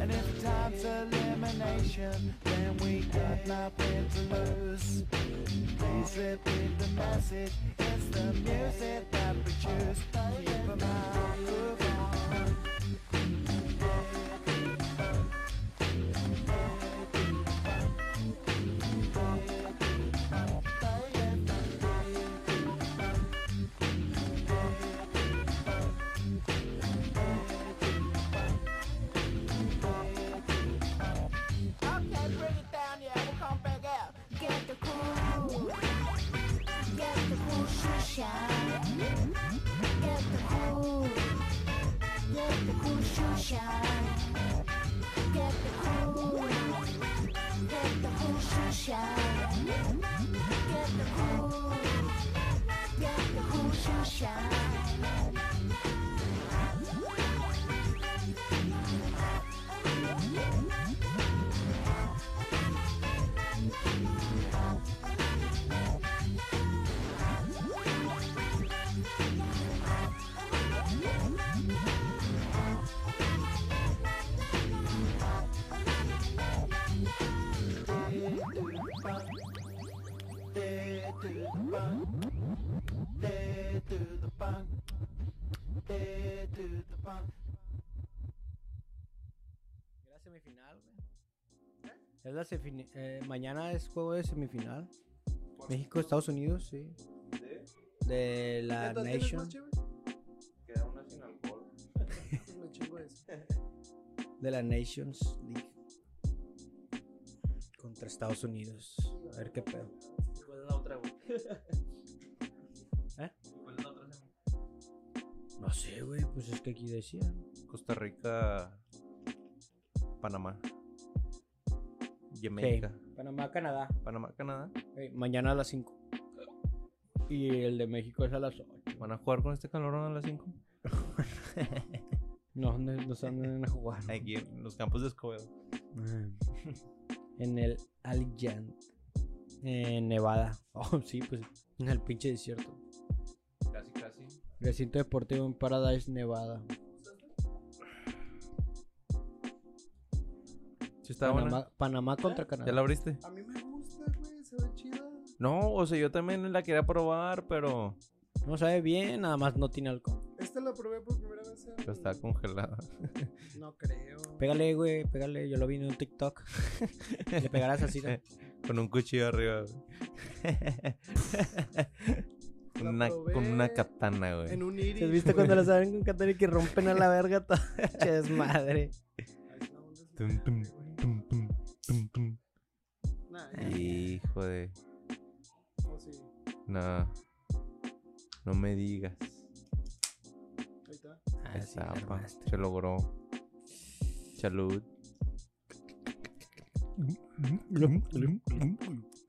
S4: And if time's elimination, then we got nothing to lose. Please repeat the message. It's the music that we choose. Keep 'em out, move on.
S6: Okay, bring it down, yeah, we'll come back out. Get the cool. Get the cool shoe shine. Get the cool. Get the cool shoe shine. Get the cool. Get the cool shoe shine. Get the cool. Get the cool shoe shine.
S4: Dead to the punk. Dead to the punk. Dead to the punk.
S1: Era semifinal, güey. Es la semifini- eh, mañana es juego de semifinal. México, Estados Unidos, sí. De la
S3: ¿Neta, tienes
S1: Nation.
S3: más chévere?
S2: Queda una sin alcohol.
S3: Me chingo eso.
S1: De la Nations League. Contra Estados Unidos. A ver qué pedo.
S2: ¿Cuál es la otra, güey?
S1: ¿Eh?
S2: ¿Cuál es la otra?
S1: No sé, güey, pues es que aquí decía.
S2: Costa Rica, Panamá, Jamaica,
S1: Panamá, Canadá.
S2: Panamá, Canadá.
S1: Ey, mañana a las 5. Y el de México es a las 8.
S2: ¿Van a jugar con este calorón a las 5?
S1: No, no, no se andan a jugar.
S2: Aquí en los campos de Escobedo.
S1: En el Allianz. En Nevada. Oh, sí, pues. En el pinche desierto.
S2: Casi, casi.
S1: Recinto deportivo en Paradise, Nevada.
S2: Sí, está buena.
S1: Panamá, Panamá contra Canadá.
S2: ¿Ya la abriste?
S3: A mí me gusta, güey, se ve chida.
S2: No, o sea, yo también la quería probar, pero,
S1: No sabe bien, nada más no tiene alcohol.
S3: Esta la Este probé por primera vez. en-
S2: pero está congelada.
S3: No creo.
S1: Pégale, güey, pégale. Yo lo vi en un TikTok. Le pegarás así. ¿no?
S2: con un cuchillo arriba, güey. Con
S3: La
S2: una,
S3: probé
S2: con una katana, güey.
S3: En un iris.
S1: ¿Te has visto
S3: güey.
S1: cuando lo saben con Catari que rompen a la verga todo? Che, desmadre.
S3: Ay, no, un desmadre,
S2: Tum, tum,
S3: güey.
S2: tum, tum, tum, tum.
S3: Nah, ya,
S2: Hijo de...
S3: o sí.
S2: No. No me digas.
S3: Ahí está.
S1: Ah, sí,
S2: Esa,
S1: la
S2: pa,
S1: armaste.
S2: se logró. Salud.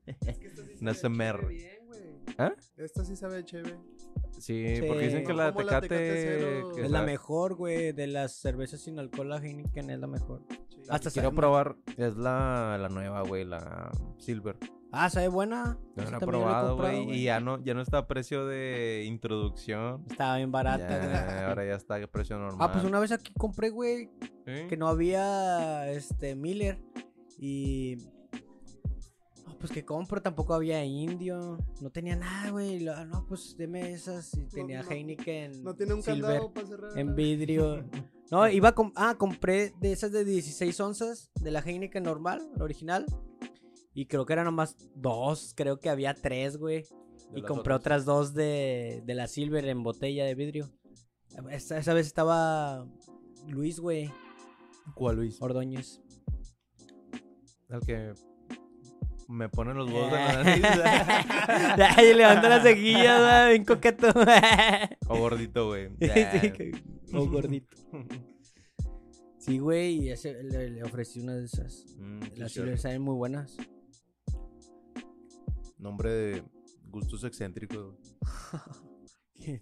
S3: Es que esta sí se
S2: No
S3: ve
S1: Mm,
S2: se me
S3: chévere
S2: re-
S3: bien, güey.
S2: ¿Ah?
S3: Esta sí se ve chévere.
S2: Sí,
S1: Sí.
S2: porque dicen que
S1: No,
S2: la
S3: como la
S2: Tecate...
S3: Tecate cero.
S2: que
S1: Es la mejor, güey. De las cervezas sin alcohol, la Heineken es la mejor.
S3: Sí.
S1: Hasta
S2: Quiero
S1: sabe-
S2: probar, es la, la nueva, güey, la Silver.
S1: Ah, sabe buena.
S2: No
S1: Esa
S2: la
S1: también yo
S2: he
S1: la he
S2: probado,
S1: comprado,
S2: güey, y ya no, ya no está a precio de introducción.
S1: Estaba bien barata, güey.
S2: Ya, ahora ya está a precio normal.
S1: Ah, pues una vez aquí compré, güey,
S2: ¿Sí?
S1: que no había este Miller y no, pues que compro, tampoco había indio, no tenía nada, güey. lo- ah, No, pues deme esas y tenía
S3: no-
S1: Heineken.
S3: No tiene un
S1: Silver
S3: candado para cerrar.
S1: en
S3: la-
S1: vidrio. No, iba a com- ah, compré de esas de 16 onzas de la Heineken normal, la original. Y creo que eran nomás dos, creo que había tres, güey.
S2: De
S1: Y
S2: las
S1: compré otras
S2: otras.
S1: dos de, de la Silver en botella de vidrio. Esa, esa vez estaba Luis, güey,
S2: ¿Cuál, Luis?
S1: Ordóñez.
S2: Al que me ponen los
S1: Eh.
S2: huevos de la nariz.
S1: Ay, levanta las cejillas, va, bien coqueto.
S2: o Oh, gordito, güey.
S1: Sí, que- o gordito. Sí, güey, y ese- le, le ofrecí una de esas.
S2: Mm, sí,
S1: Las
S2: cierto.
S1: Silver saben muy buenas.
S2: Nombre de gustos excéntricos. güey.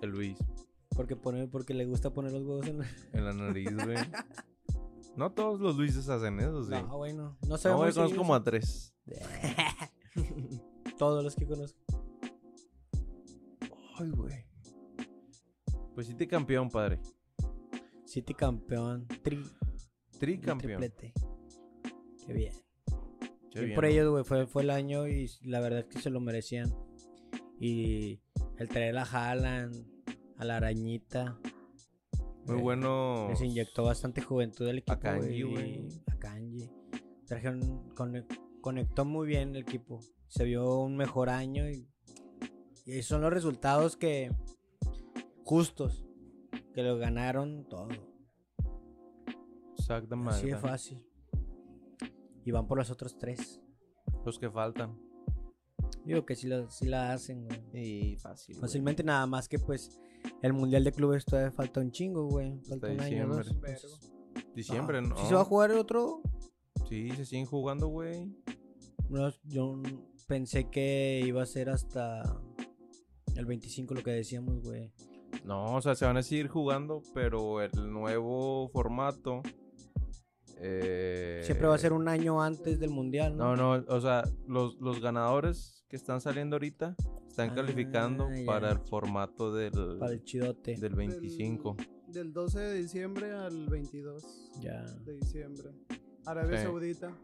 S2: El Luis.
S1: Porque, pone, porque le gusta poner los huevos en la...
S2: En la nariz, güey. No todos los Luises hacen eso, sí.
S1: No, güey, no. No
S2: No,
S1: sabemos
S2: güey,
S1: si-
S2: conozco como a tres.
S1: todos los que conozco.
S2: Ay, güey. Pues sí te campeón, padre.
S1: City campeón. Tri,
S2: Tricampeón.
S1: Triplete. Qué bien.
S2: Qué
S1: Bien
S2: bien,
S1: por
S2: ¿no?
S1: ellos, güey. Fue, fue el año y la verdad es que se lo merecían. Y el traer a Haaland, a la arañita.
S2: Muy
S1: eh,
S2: bueno.
S1: Les inyectó bastante juventud al equipo.
S2: A Kanji,
S1: güey,
S2: güey.
S1: A Kanji. Trajeron, cone- conectó muy bien el equipo. Se vio un mejor año y, y son los resultados que justos, que lo ganaron todo.
S2: Exactamente.
S1: Así de fácil. Y van por los otros tres.
S2: Los que faltan.
S1: Ah, Digo que sí la, sí la hacen, güey.
S2: Y fácil.
S1: Fácilmente nada más que pues el Mundial de Clubes todavía falta un chingo, güey. Falta
S2: Hasta
S1: un año.
S2: diciembre.
S1: Dos.
S3: Vergo.
S2: Diciembre,
S1: Ah,
S2: ¿no?
S1: ¿sí se va a jugar otro?
S2: Sí, se siguen jugando, güey.
S1: No, yo pensé que iba a ser hasta el 25 lo que decíamos, güey.
S2: No, o sea, se van a seguir jugando, pero el nuevo formato. eh,
S1: Siempre va a ser un año antes del mundial, ¿no?
S2: No, no, o sea, los, los ganadores que están saliendo ahorita están
S1: Ah,
S2: calificando
S1: ya.
S2: para el formato del,
S1: Para el chidote.
S2: del 25.
S3: Del, del 12 de diciembre al 22
S1: Ya.
S3: de diciembre. Arabia
S2: Sí.
S3: Saudita.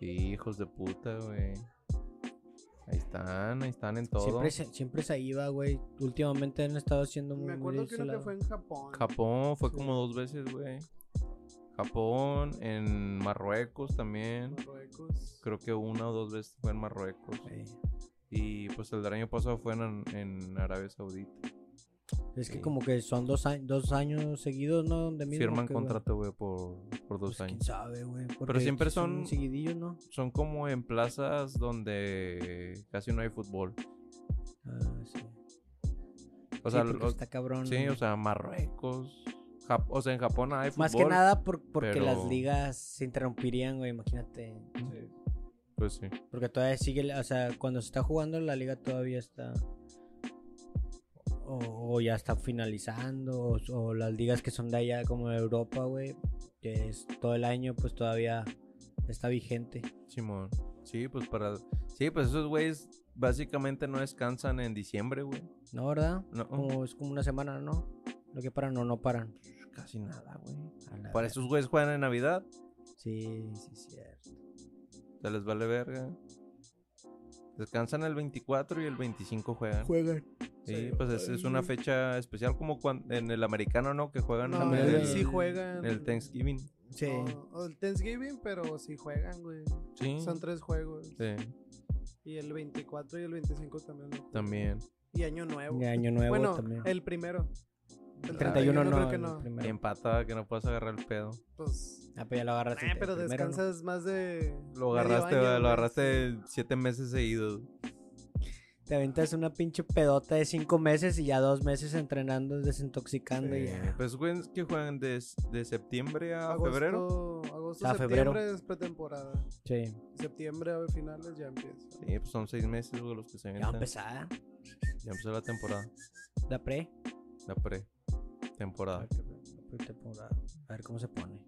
S2: Hijos de puta, güey. Ahí están, ahí están en todo.
S1: Siempre se, siempre se iba, güey. Últimamente han estado haciendo muy
S3: Me acuerdo que uno que fue en Japón.
S2: Japón fue
S3: Sí.
S2: como dos veces, güey. Japón, en Marruecos también.
S3: Marruecos.
S2: Creo que una o dos veces fue en Marruecos. Y pues el del año pasado fue en, en Arabia Saudita.
S1: Es que
S2: Sí.
S1: como que son dos, años dos años seguidos, ¿no? Donde mismo
S2: Firman
S1: que, güey,
S2: contrato, güey, por, por dos
S1: pues, quién
S2: años.
S1: sabe, güey. porque
S2: siempre son-
S1: Seguidillos, ¿no?
S2: Son como en plazas donde casi no hay fútbol.
S1: Ah, sí.
S2: O sea,
S1: Sí, porque
S2: lo-
S1: está cabrón.
S2: sí,
S1: ¿no?
S2: o sea, Marruecos. Jap- o sea, en Japón hay fútbol.
S1: Más que nada por- porque
S2: pero-
S1: las ligas se interrumpirían, güey, imagínate.
S2: Pues sí.
S1: Porque todavía sigue, la- o sea, cuando se está jugando la liga todavía está... O, o ya está finalizando, o, o las ligas que son de allá como de Europa, güey, que es todo el año, pues todavía está vigente.
S2: Simón. Sí, pues para. Sí, pues esos güeyes básicamente no descansan en diciembre, güey.
S1: ¿No, verdad?
S2: No,
S1: Como, es como una semana, ¿no? Lo que paran o no paran.
S2: casi nada, güey.
S1: A la
S2: Para
S1: ver-
S2: esos güeyes juegan en Navidad.
S1: Sí, sí, cierto.
S2: Se les vale verga. Descansan el 24 y el 25 juegan.
S1: Juegan.
S2: Sí, pues es, es una fecha especial como cuan- en el americano, ¿no? Que juegan
S3: No,
S2: en,
S1: también
S3: ellos
S2: el,
S1: el-
S3: sí juegan.
S2: en el Thanksgiving.
S1: Sí.
S3: No, o el Thanksgiving, pero sí juegan, güey.
S2: Sí.
S3: Son tres juegos.
S2: Sí,
S3: Y el 24 y el 25 también. ¿no?
S2: también.
S3: Y Año Nuevo.
S1: Y Año nuevo
S3: bueno,
S1: también.
S3: el primero. El
S1: 31 no,
S3: creo que
S1: el
S3: no.
S1: primero.
S2: Empata, que no puedas agarrar el pedo.
S3: Pues,
S1: Ah, pero ya lo agarras.
S3: eh, pero descansas más de.
S2: Lo
S3: medio
S2: agarraste,
S3: año,
S2: lo
S3: güey.
S2: agarraste siete meses seguidos.
S1: Te aventas una pinche pedota de cinco meses y ya dos meses entrenando, desintoxicando y
S2: Eh,
S1: ya.
S2: pues güeyes que juegan de, de septiembre a
S3: Agosto,
S2: febrero.
S3: Agosto,
S1: A
S3: septiembre
S1: febrero.
S3: es pretemporada.
S1: Sí.
S3: Septiembre a finales ya empieza.
S2: Sí, pues son seis meses, güey, los que se
S1: Ya va a
S2: avientan.
S1: empezar. ¿eh?
S2: Ya empezó la temporada.
S1: La pre.
S2: La pre-temporada.
S1: La pretemporada. A ver cómo se pone.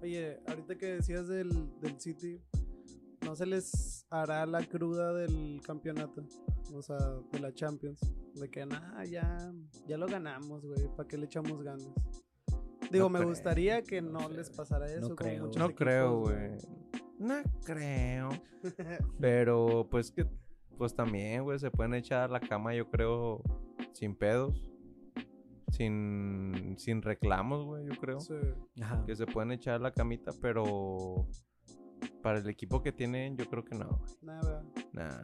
S3: Oye, ahorita que decías del, del City, ¿no se les hará la cruda del campeonato? O sea, de la Champions. De que, nada, ya, ya lo ganamos, güey. ¿Para qué le echamos ganas? Digo,
S2: No
S3: me
S2: creo,
S3: gustaría que
S2: no
S3: no,
S2: sé,
S3: les
S2: güey.
S3: pasara eso. como
S1: creo,
S3: muchos
S2: No
S3: equipos,
S2: creo, güey. No creo. Pero pues que pues también, güey, se pueden echar a la cama, yo creo, sin pedos. Sin sin reclamos, güey, yo creo.
S3: Sí.
S1: Ajá.
S2: Que se pueden echar a la camita, pero para el equipo que tienen, yo creo que no. güey.
S3: Nada.
S2: Nah.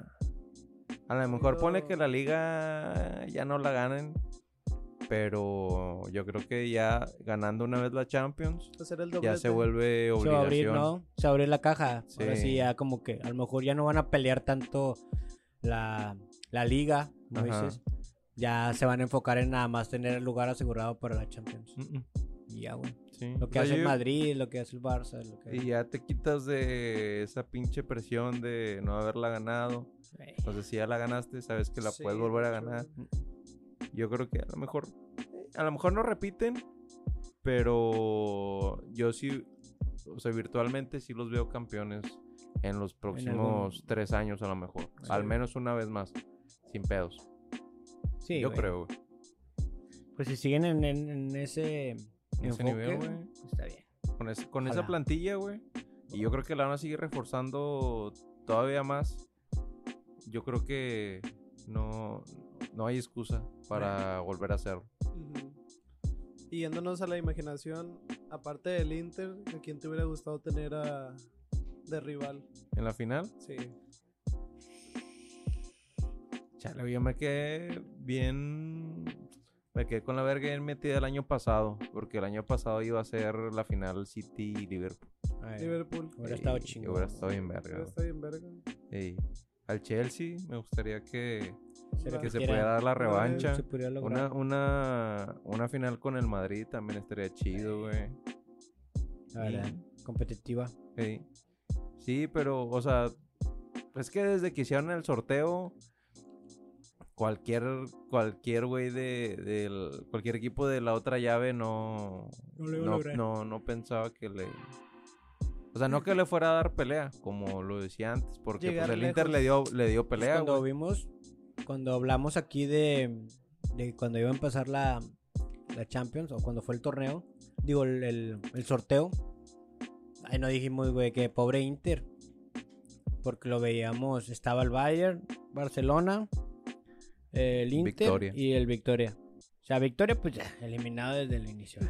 S2: A lo mejor pone
S3: Pero-
S2: que la liga ya no la ganen. Pero yo creo que ya ganando una vez la Champions,
S3: Hacer el doblete.
S2: ya se vuelve
S1: Se va a abrir,
S2: obligación.
S1: ¿no? Se va a abrir la caja. Ahora
S2: Sí.
S1: sí, ya como que a lo mejor ya no van a pelear tanto la, la liga, ¿no
S2: Ajá.
S1: dices? Ya se van a enfocar en nada más tener el lugar asegurado para la Champions.
S2: Mm, mm.
S1: Y ya, güey.
S2: Sí.
S1: Lo que
S2: O sea,
S1: hace el
S2: yo-
S1: Madrid, lo que hace el Barça, lo que...
S2: Y ya te quitas de esa pinche presión de no haberla ganado.
S1: Eh,
S2: Entonces, si ya la ganaste, sabes que la
S3: Sí,
S2: puedes volver a
S3: de hecho,
S2: ganar. Yo creo que a lo mejor, a lo mejor no repiten, pero yo sí, o sea, virtualmente sí los veo campeones en los próximos tres años, a lo mejor. Al menos una vez más, sin pedos.
S1: Sí,
S2: yo
S1: güey.
S2: creo, güey.
S1: Pues si siguen en, en- en ese
S2: En ese
S1: enfoque,
S2: nivel, güey.
S1: pues está bien.
S2: Con, ese- con esa
S1: Ojalá.
S2: plantilla, güey. Y yo creo que la van a seguir reforzando todavía más. Yo creo que no, no hay excusa para volver a hacerlo.
S3: Ujú. Y yéndonos a la imaginación, aparte del Inter, ¿a quién te hubiera gustado tener a, de rival?
S2: En la final,
S3: Sí.
S2: Eh, chale, yo me quedé bien. Me quedé con la verga bien metida el año pasado. Porque el año pasado iba a ser la final City y Liverpool.
S1: Ay,
S3: Liverpool.
S1: Hubiera estado
S2: Y
S1: chingón.
S2: Hubiera estado bien verga.
S3: Hubiera
S2: güey.
S3: estado bien verga.
S2: Ey, Al Chelsea, me gustaría que,
S1: Será
S3: Una-
S2: que se
S1: Cualquiera.
S2: pudiera dar la revancha.
S1: se podría lograr.
S2: Una, una, una final con el Madrid también estaría chido, güey.
S1: La verdad, competitiva. Pues
S2: Sí. Sí, pero, o sea, es que desde que hicieron el sorteo, cualquier, cualquier güey de, del- cualquier equipo de la otra llave no,
S1: No lo iba a
S2: no,
S1: lograr.
S2: no- no pensaba que le, o sea, no que le fuera a dar pelea, como lo decía antes, porque
S3: Llegar
S2: pues, el Inter le dio, le dio
S1: Pues
S2: pelea,
S1: cuando
S2: güey.
S1: vimos, cuando hablamos aquí de, de cuando iba a empezar la, la Champions o cuando fue el torneo, digo, el, el- el sorteo, ahí nos dijimos, güey, que pobre Inter, porque lo veíamos, estaba el Bayern, Barcelona, el Inter
S2: Victoria.
S1: y el Victoria. O sea, Victoria, pues ya, eliminado desde el inicio.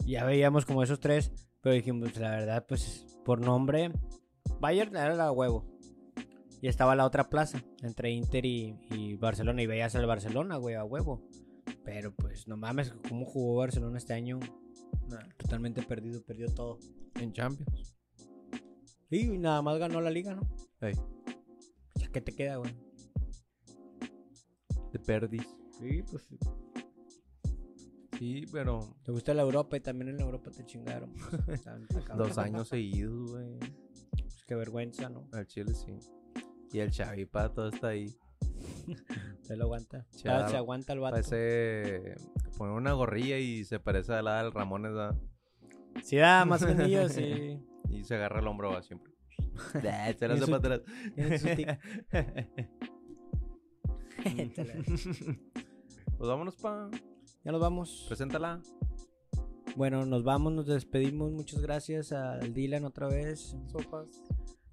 S1: ya veíamos como esos tres, pero dijimos, la verdad, pues por nombre, Bayern era la huevo. Y estaba la otra plaza, entre Inter y, y Barcelona. Y veías al Barcelona, güey, a huevo. Pero pues no mames, ¿cómo jugó Barcelona este año? Totalmente perdido, perdió todo.
S2: en Champions.
S1: Y nada más ganó la liga, ¿no?
S2: Ey.
S1: Ya, ¿qué te queda, güey?
S2: Te perdís. Sí, pues sí. Sí, pero
S1: Te gusta la Europa y también en la Europa te chingaron. pues, también está cabrón.
S2: dos años seguidos, güey.
S1: Pues, qué vergüenza, ¿no?
S2: Al Chile sí. Y el Chavipa todo está ahí.
S1: Se lo aguanta.
S2: Sí,
S1: Ah,
S2: ahora-
S1: se aguanta el vato.
S2: Parece poner una gorrilla y se parece a la del Ramones ¿verdad?
S1: Sí, da más anillos sí.
S2: y se agarra el hombro va siempre. Ah, se la hace
S1: su-
S2: para atrás.
S1: tiene su tic.
S2: pues vámonos pa.
S1: Ya nos vamos.
S2: Preséntala. eh.
S1: Bueno, nos vamos, nos despedimos. Muchas gracias al Dylan otra vez.
S3: Sopas.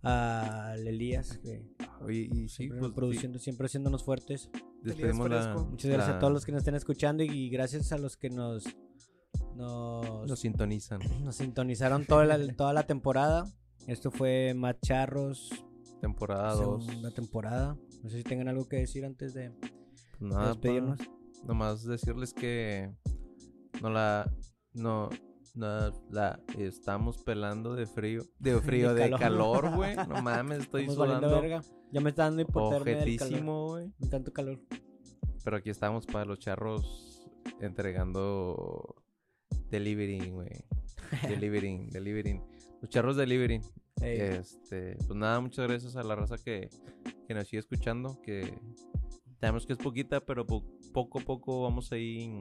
S1: al Elías, que
S2: Oye, y sí,
S1: siempre
S2: pues
S1: produciendo, siempre haciéndonos fuertes.
S2: sí, despedimos
S3: Elías
S2: la-
S3: Fresco.
S1: Muchas gracias
S2: la-
S1: a todos los que nos estén escuchando y, y gracias a los que nos nos,
S2: nos sintonizan.
S1: nos sintonizaron toda la, toda la temporada. Esto fue Macharros,
S2: Temporada 2.
S1: segunda temporada. No sé si tengan algo que decir antes de, de
S2: pues, Nada, pa.
S1: despedirnos.
S2: Nomás decirles que no la no no la estamos pelando de frío, de frío, de
S1: calor.
S2: calor, güey. No mames, estoy
S1: Estamos valiendo
S2: sudando.
S1: verga. Ya me está dando hipotermia del calor.
S2: Objetísimo, güey.
S1: De tanto calor.
S2: Pero aquí estamos para los charros entregando delivering, güey. Delivering, delivering. Los charros delivering.
S1: Ey,
S2: Eh, Este, pues nada, muchas gracias a la raza que, que nos sigue escuchando, que Sabemos que es poquita, pero po- poco a poco vamos a ir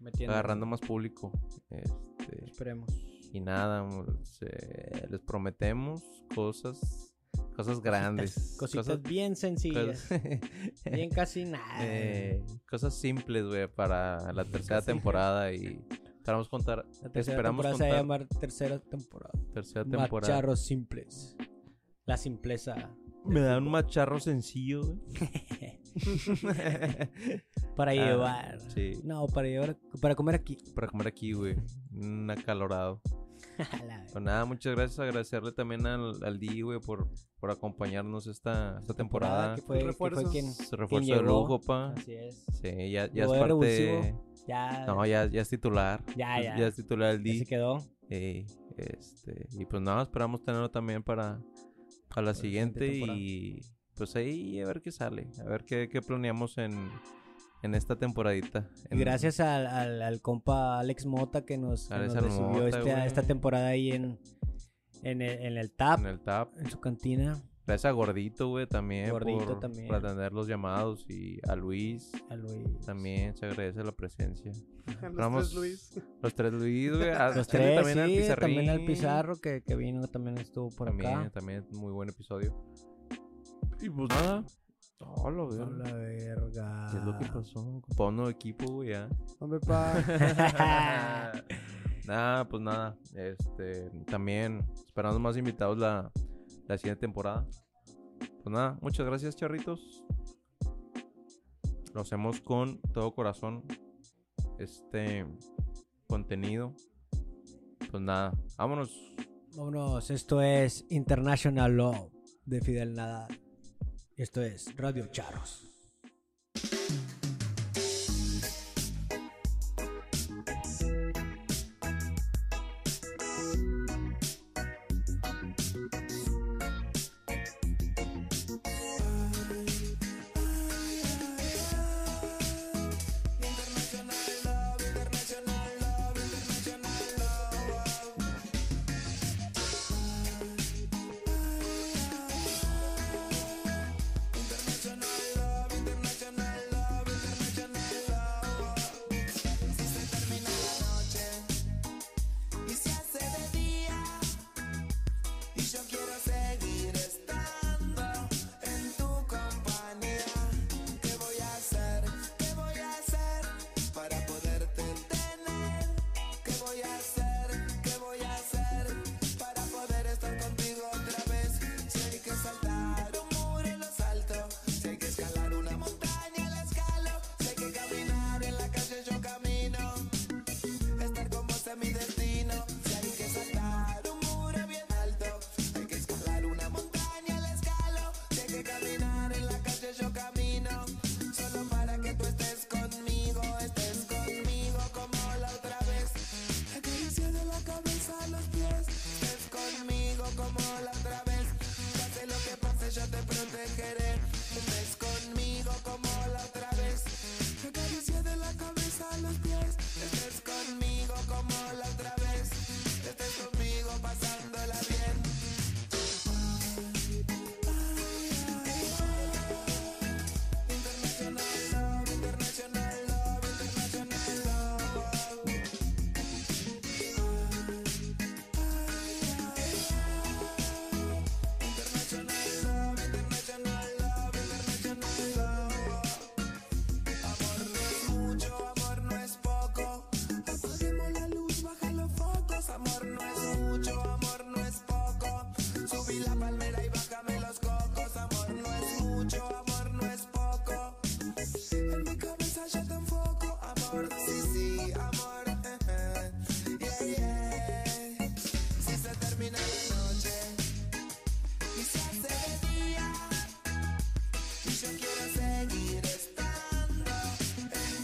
S1: Metiendo-
S2: agarrando más público. Este,
S1: Esperemos.
S2: y nada, se- les prometemos cosas, cosas grandes.
S1: Cositas
S2: cosas,
S1: bien sencillas.
S2: cosas-
S1: Bien casi nada.
S2: eh,
S1: Ah.
S2: cosas simples, güey, para la tercera temporada y esperamos contar,
S1: La tercera
S2: esperamos
S1: temporada se va a
S2: contar-
S1: llamar tercera temporada.
S2: tercera temporada.
S1: Macharros simples. La simpleza.
S2: Me da un macharro sencillo, güey.
S1: Para
S2: Ah,
S1: llevar.
S2: sí.
S1: No, para llevar. Para comer aquí.
S2: para comer aquí, güey. Un acalorado.
S1: A la
S2: Pues nada, muchas gracias. Agradecerle también al, al Di, güey, por, por acompañarnos esta, esta
S1: temporada
S2: temporada.
S1: que fue, que
S3: Refuerzos.
S1: fue quien.
S2: Se refuerzo de
S1: llegó.
S2: lujo, pa.
S1: Así es.
S2: Sí, ya, ya es
S1: Poder
S2: parte.
S1: revulsivo. Ya,
S2: No, ya, ya es titular.
S1: Ya, ya.
S2: es titular el
S1: ya
S2: Di.
S1: se quedó.
S2: Ey, este, y pues nada, esperamos tenerlo también para, para la siguiente
S1: temporada.
S2: y pues ahí a ver qué sale, a ver qué, qué planeamos en, en esta temporadita.
S1: Y
S2: En-
S1: Gracias al, al, al compa Alex Mota que nos, que
S2: Alex
S1: nos recibió
S2: Mota,
S1: este-
S2: güey.
S1: esta temporada ahí en, en, el, en el TAP,
S2: en
S1: en,
S2: el TAP.
S1: su cantina.
S2: Gracias a Gordito, güey, también.
S1: Gordito
S2: por,
S1: también.
S2: por atender los llamados y a Luis
S1: A Luis.
S2: también se agradece la presencia.
S3: Los
S2: Vamos.
S3: tres Luis.
S2: Los tres Luis, güey. a-
S1: Los
S2: chale
S1: tres,
S2: también al
S1: sí, también al
S2: Pizarrín.
S1: Pizarro que, que vino, también estuvo por
S2: También,
S1: acá.
S2: también, muy buen episodio. Y pues nada. Hola, güey.
S1: A la verga.
S2: ¿Qué es lo que pasó? Para un nuevo equipo, güey, ya.
S3: Hombre, pa.
S2: nada, pues nada. Este, también esperando más invitados la, la siguiente temporada. Pues nada, muchas gracias, charritos. Lo hacemos con todo corazón. Este contenido. Pues nada, vámonos.
S1: Vámonos, esto es International Love de Fidel Nadal. Esto es Radio Charros.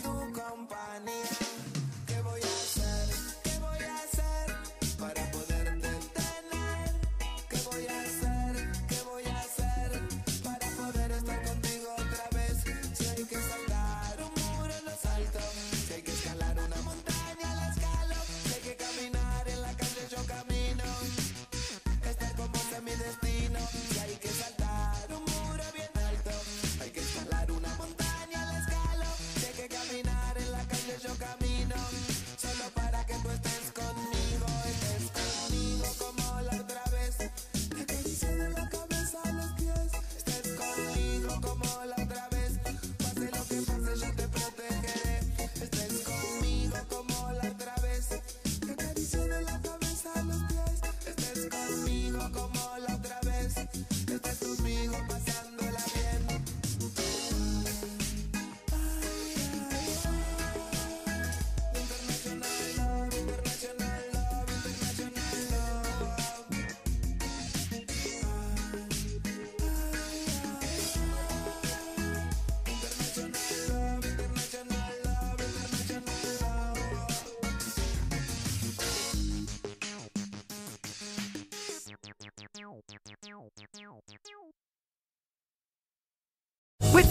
S5: compañía. ¿Qué voy a hacer? ¿Qué voy a hacer para poderte entender?
S7: With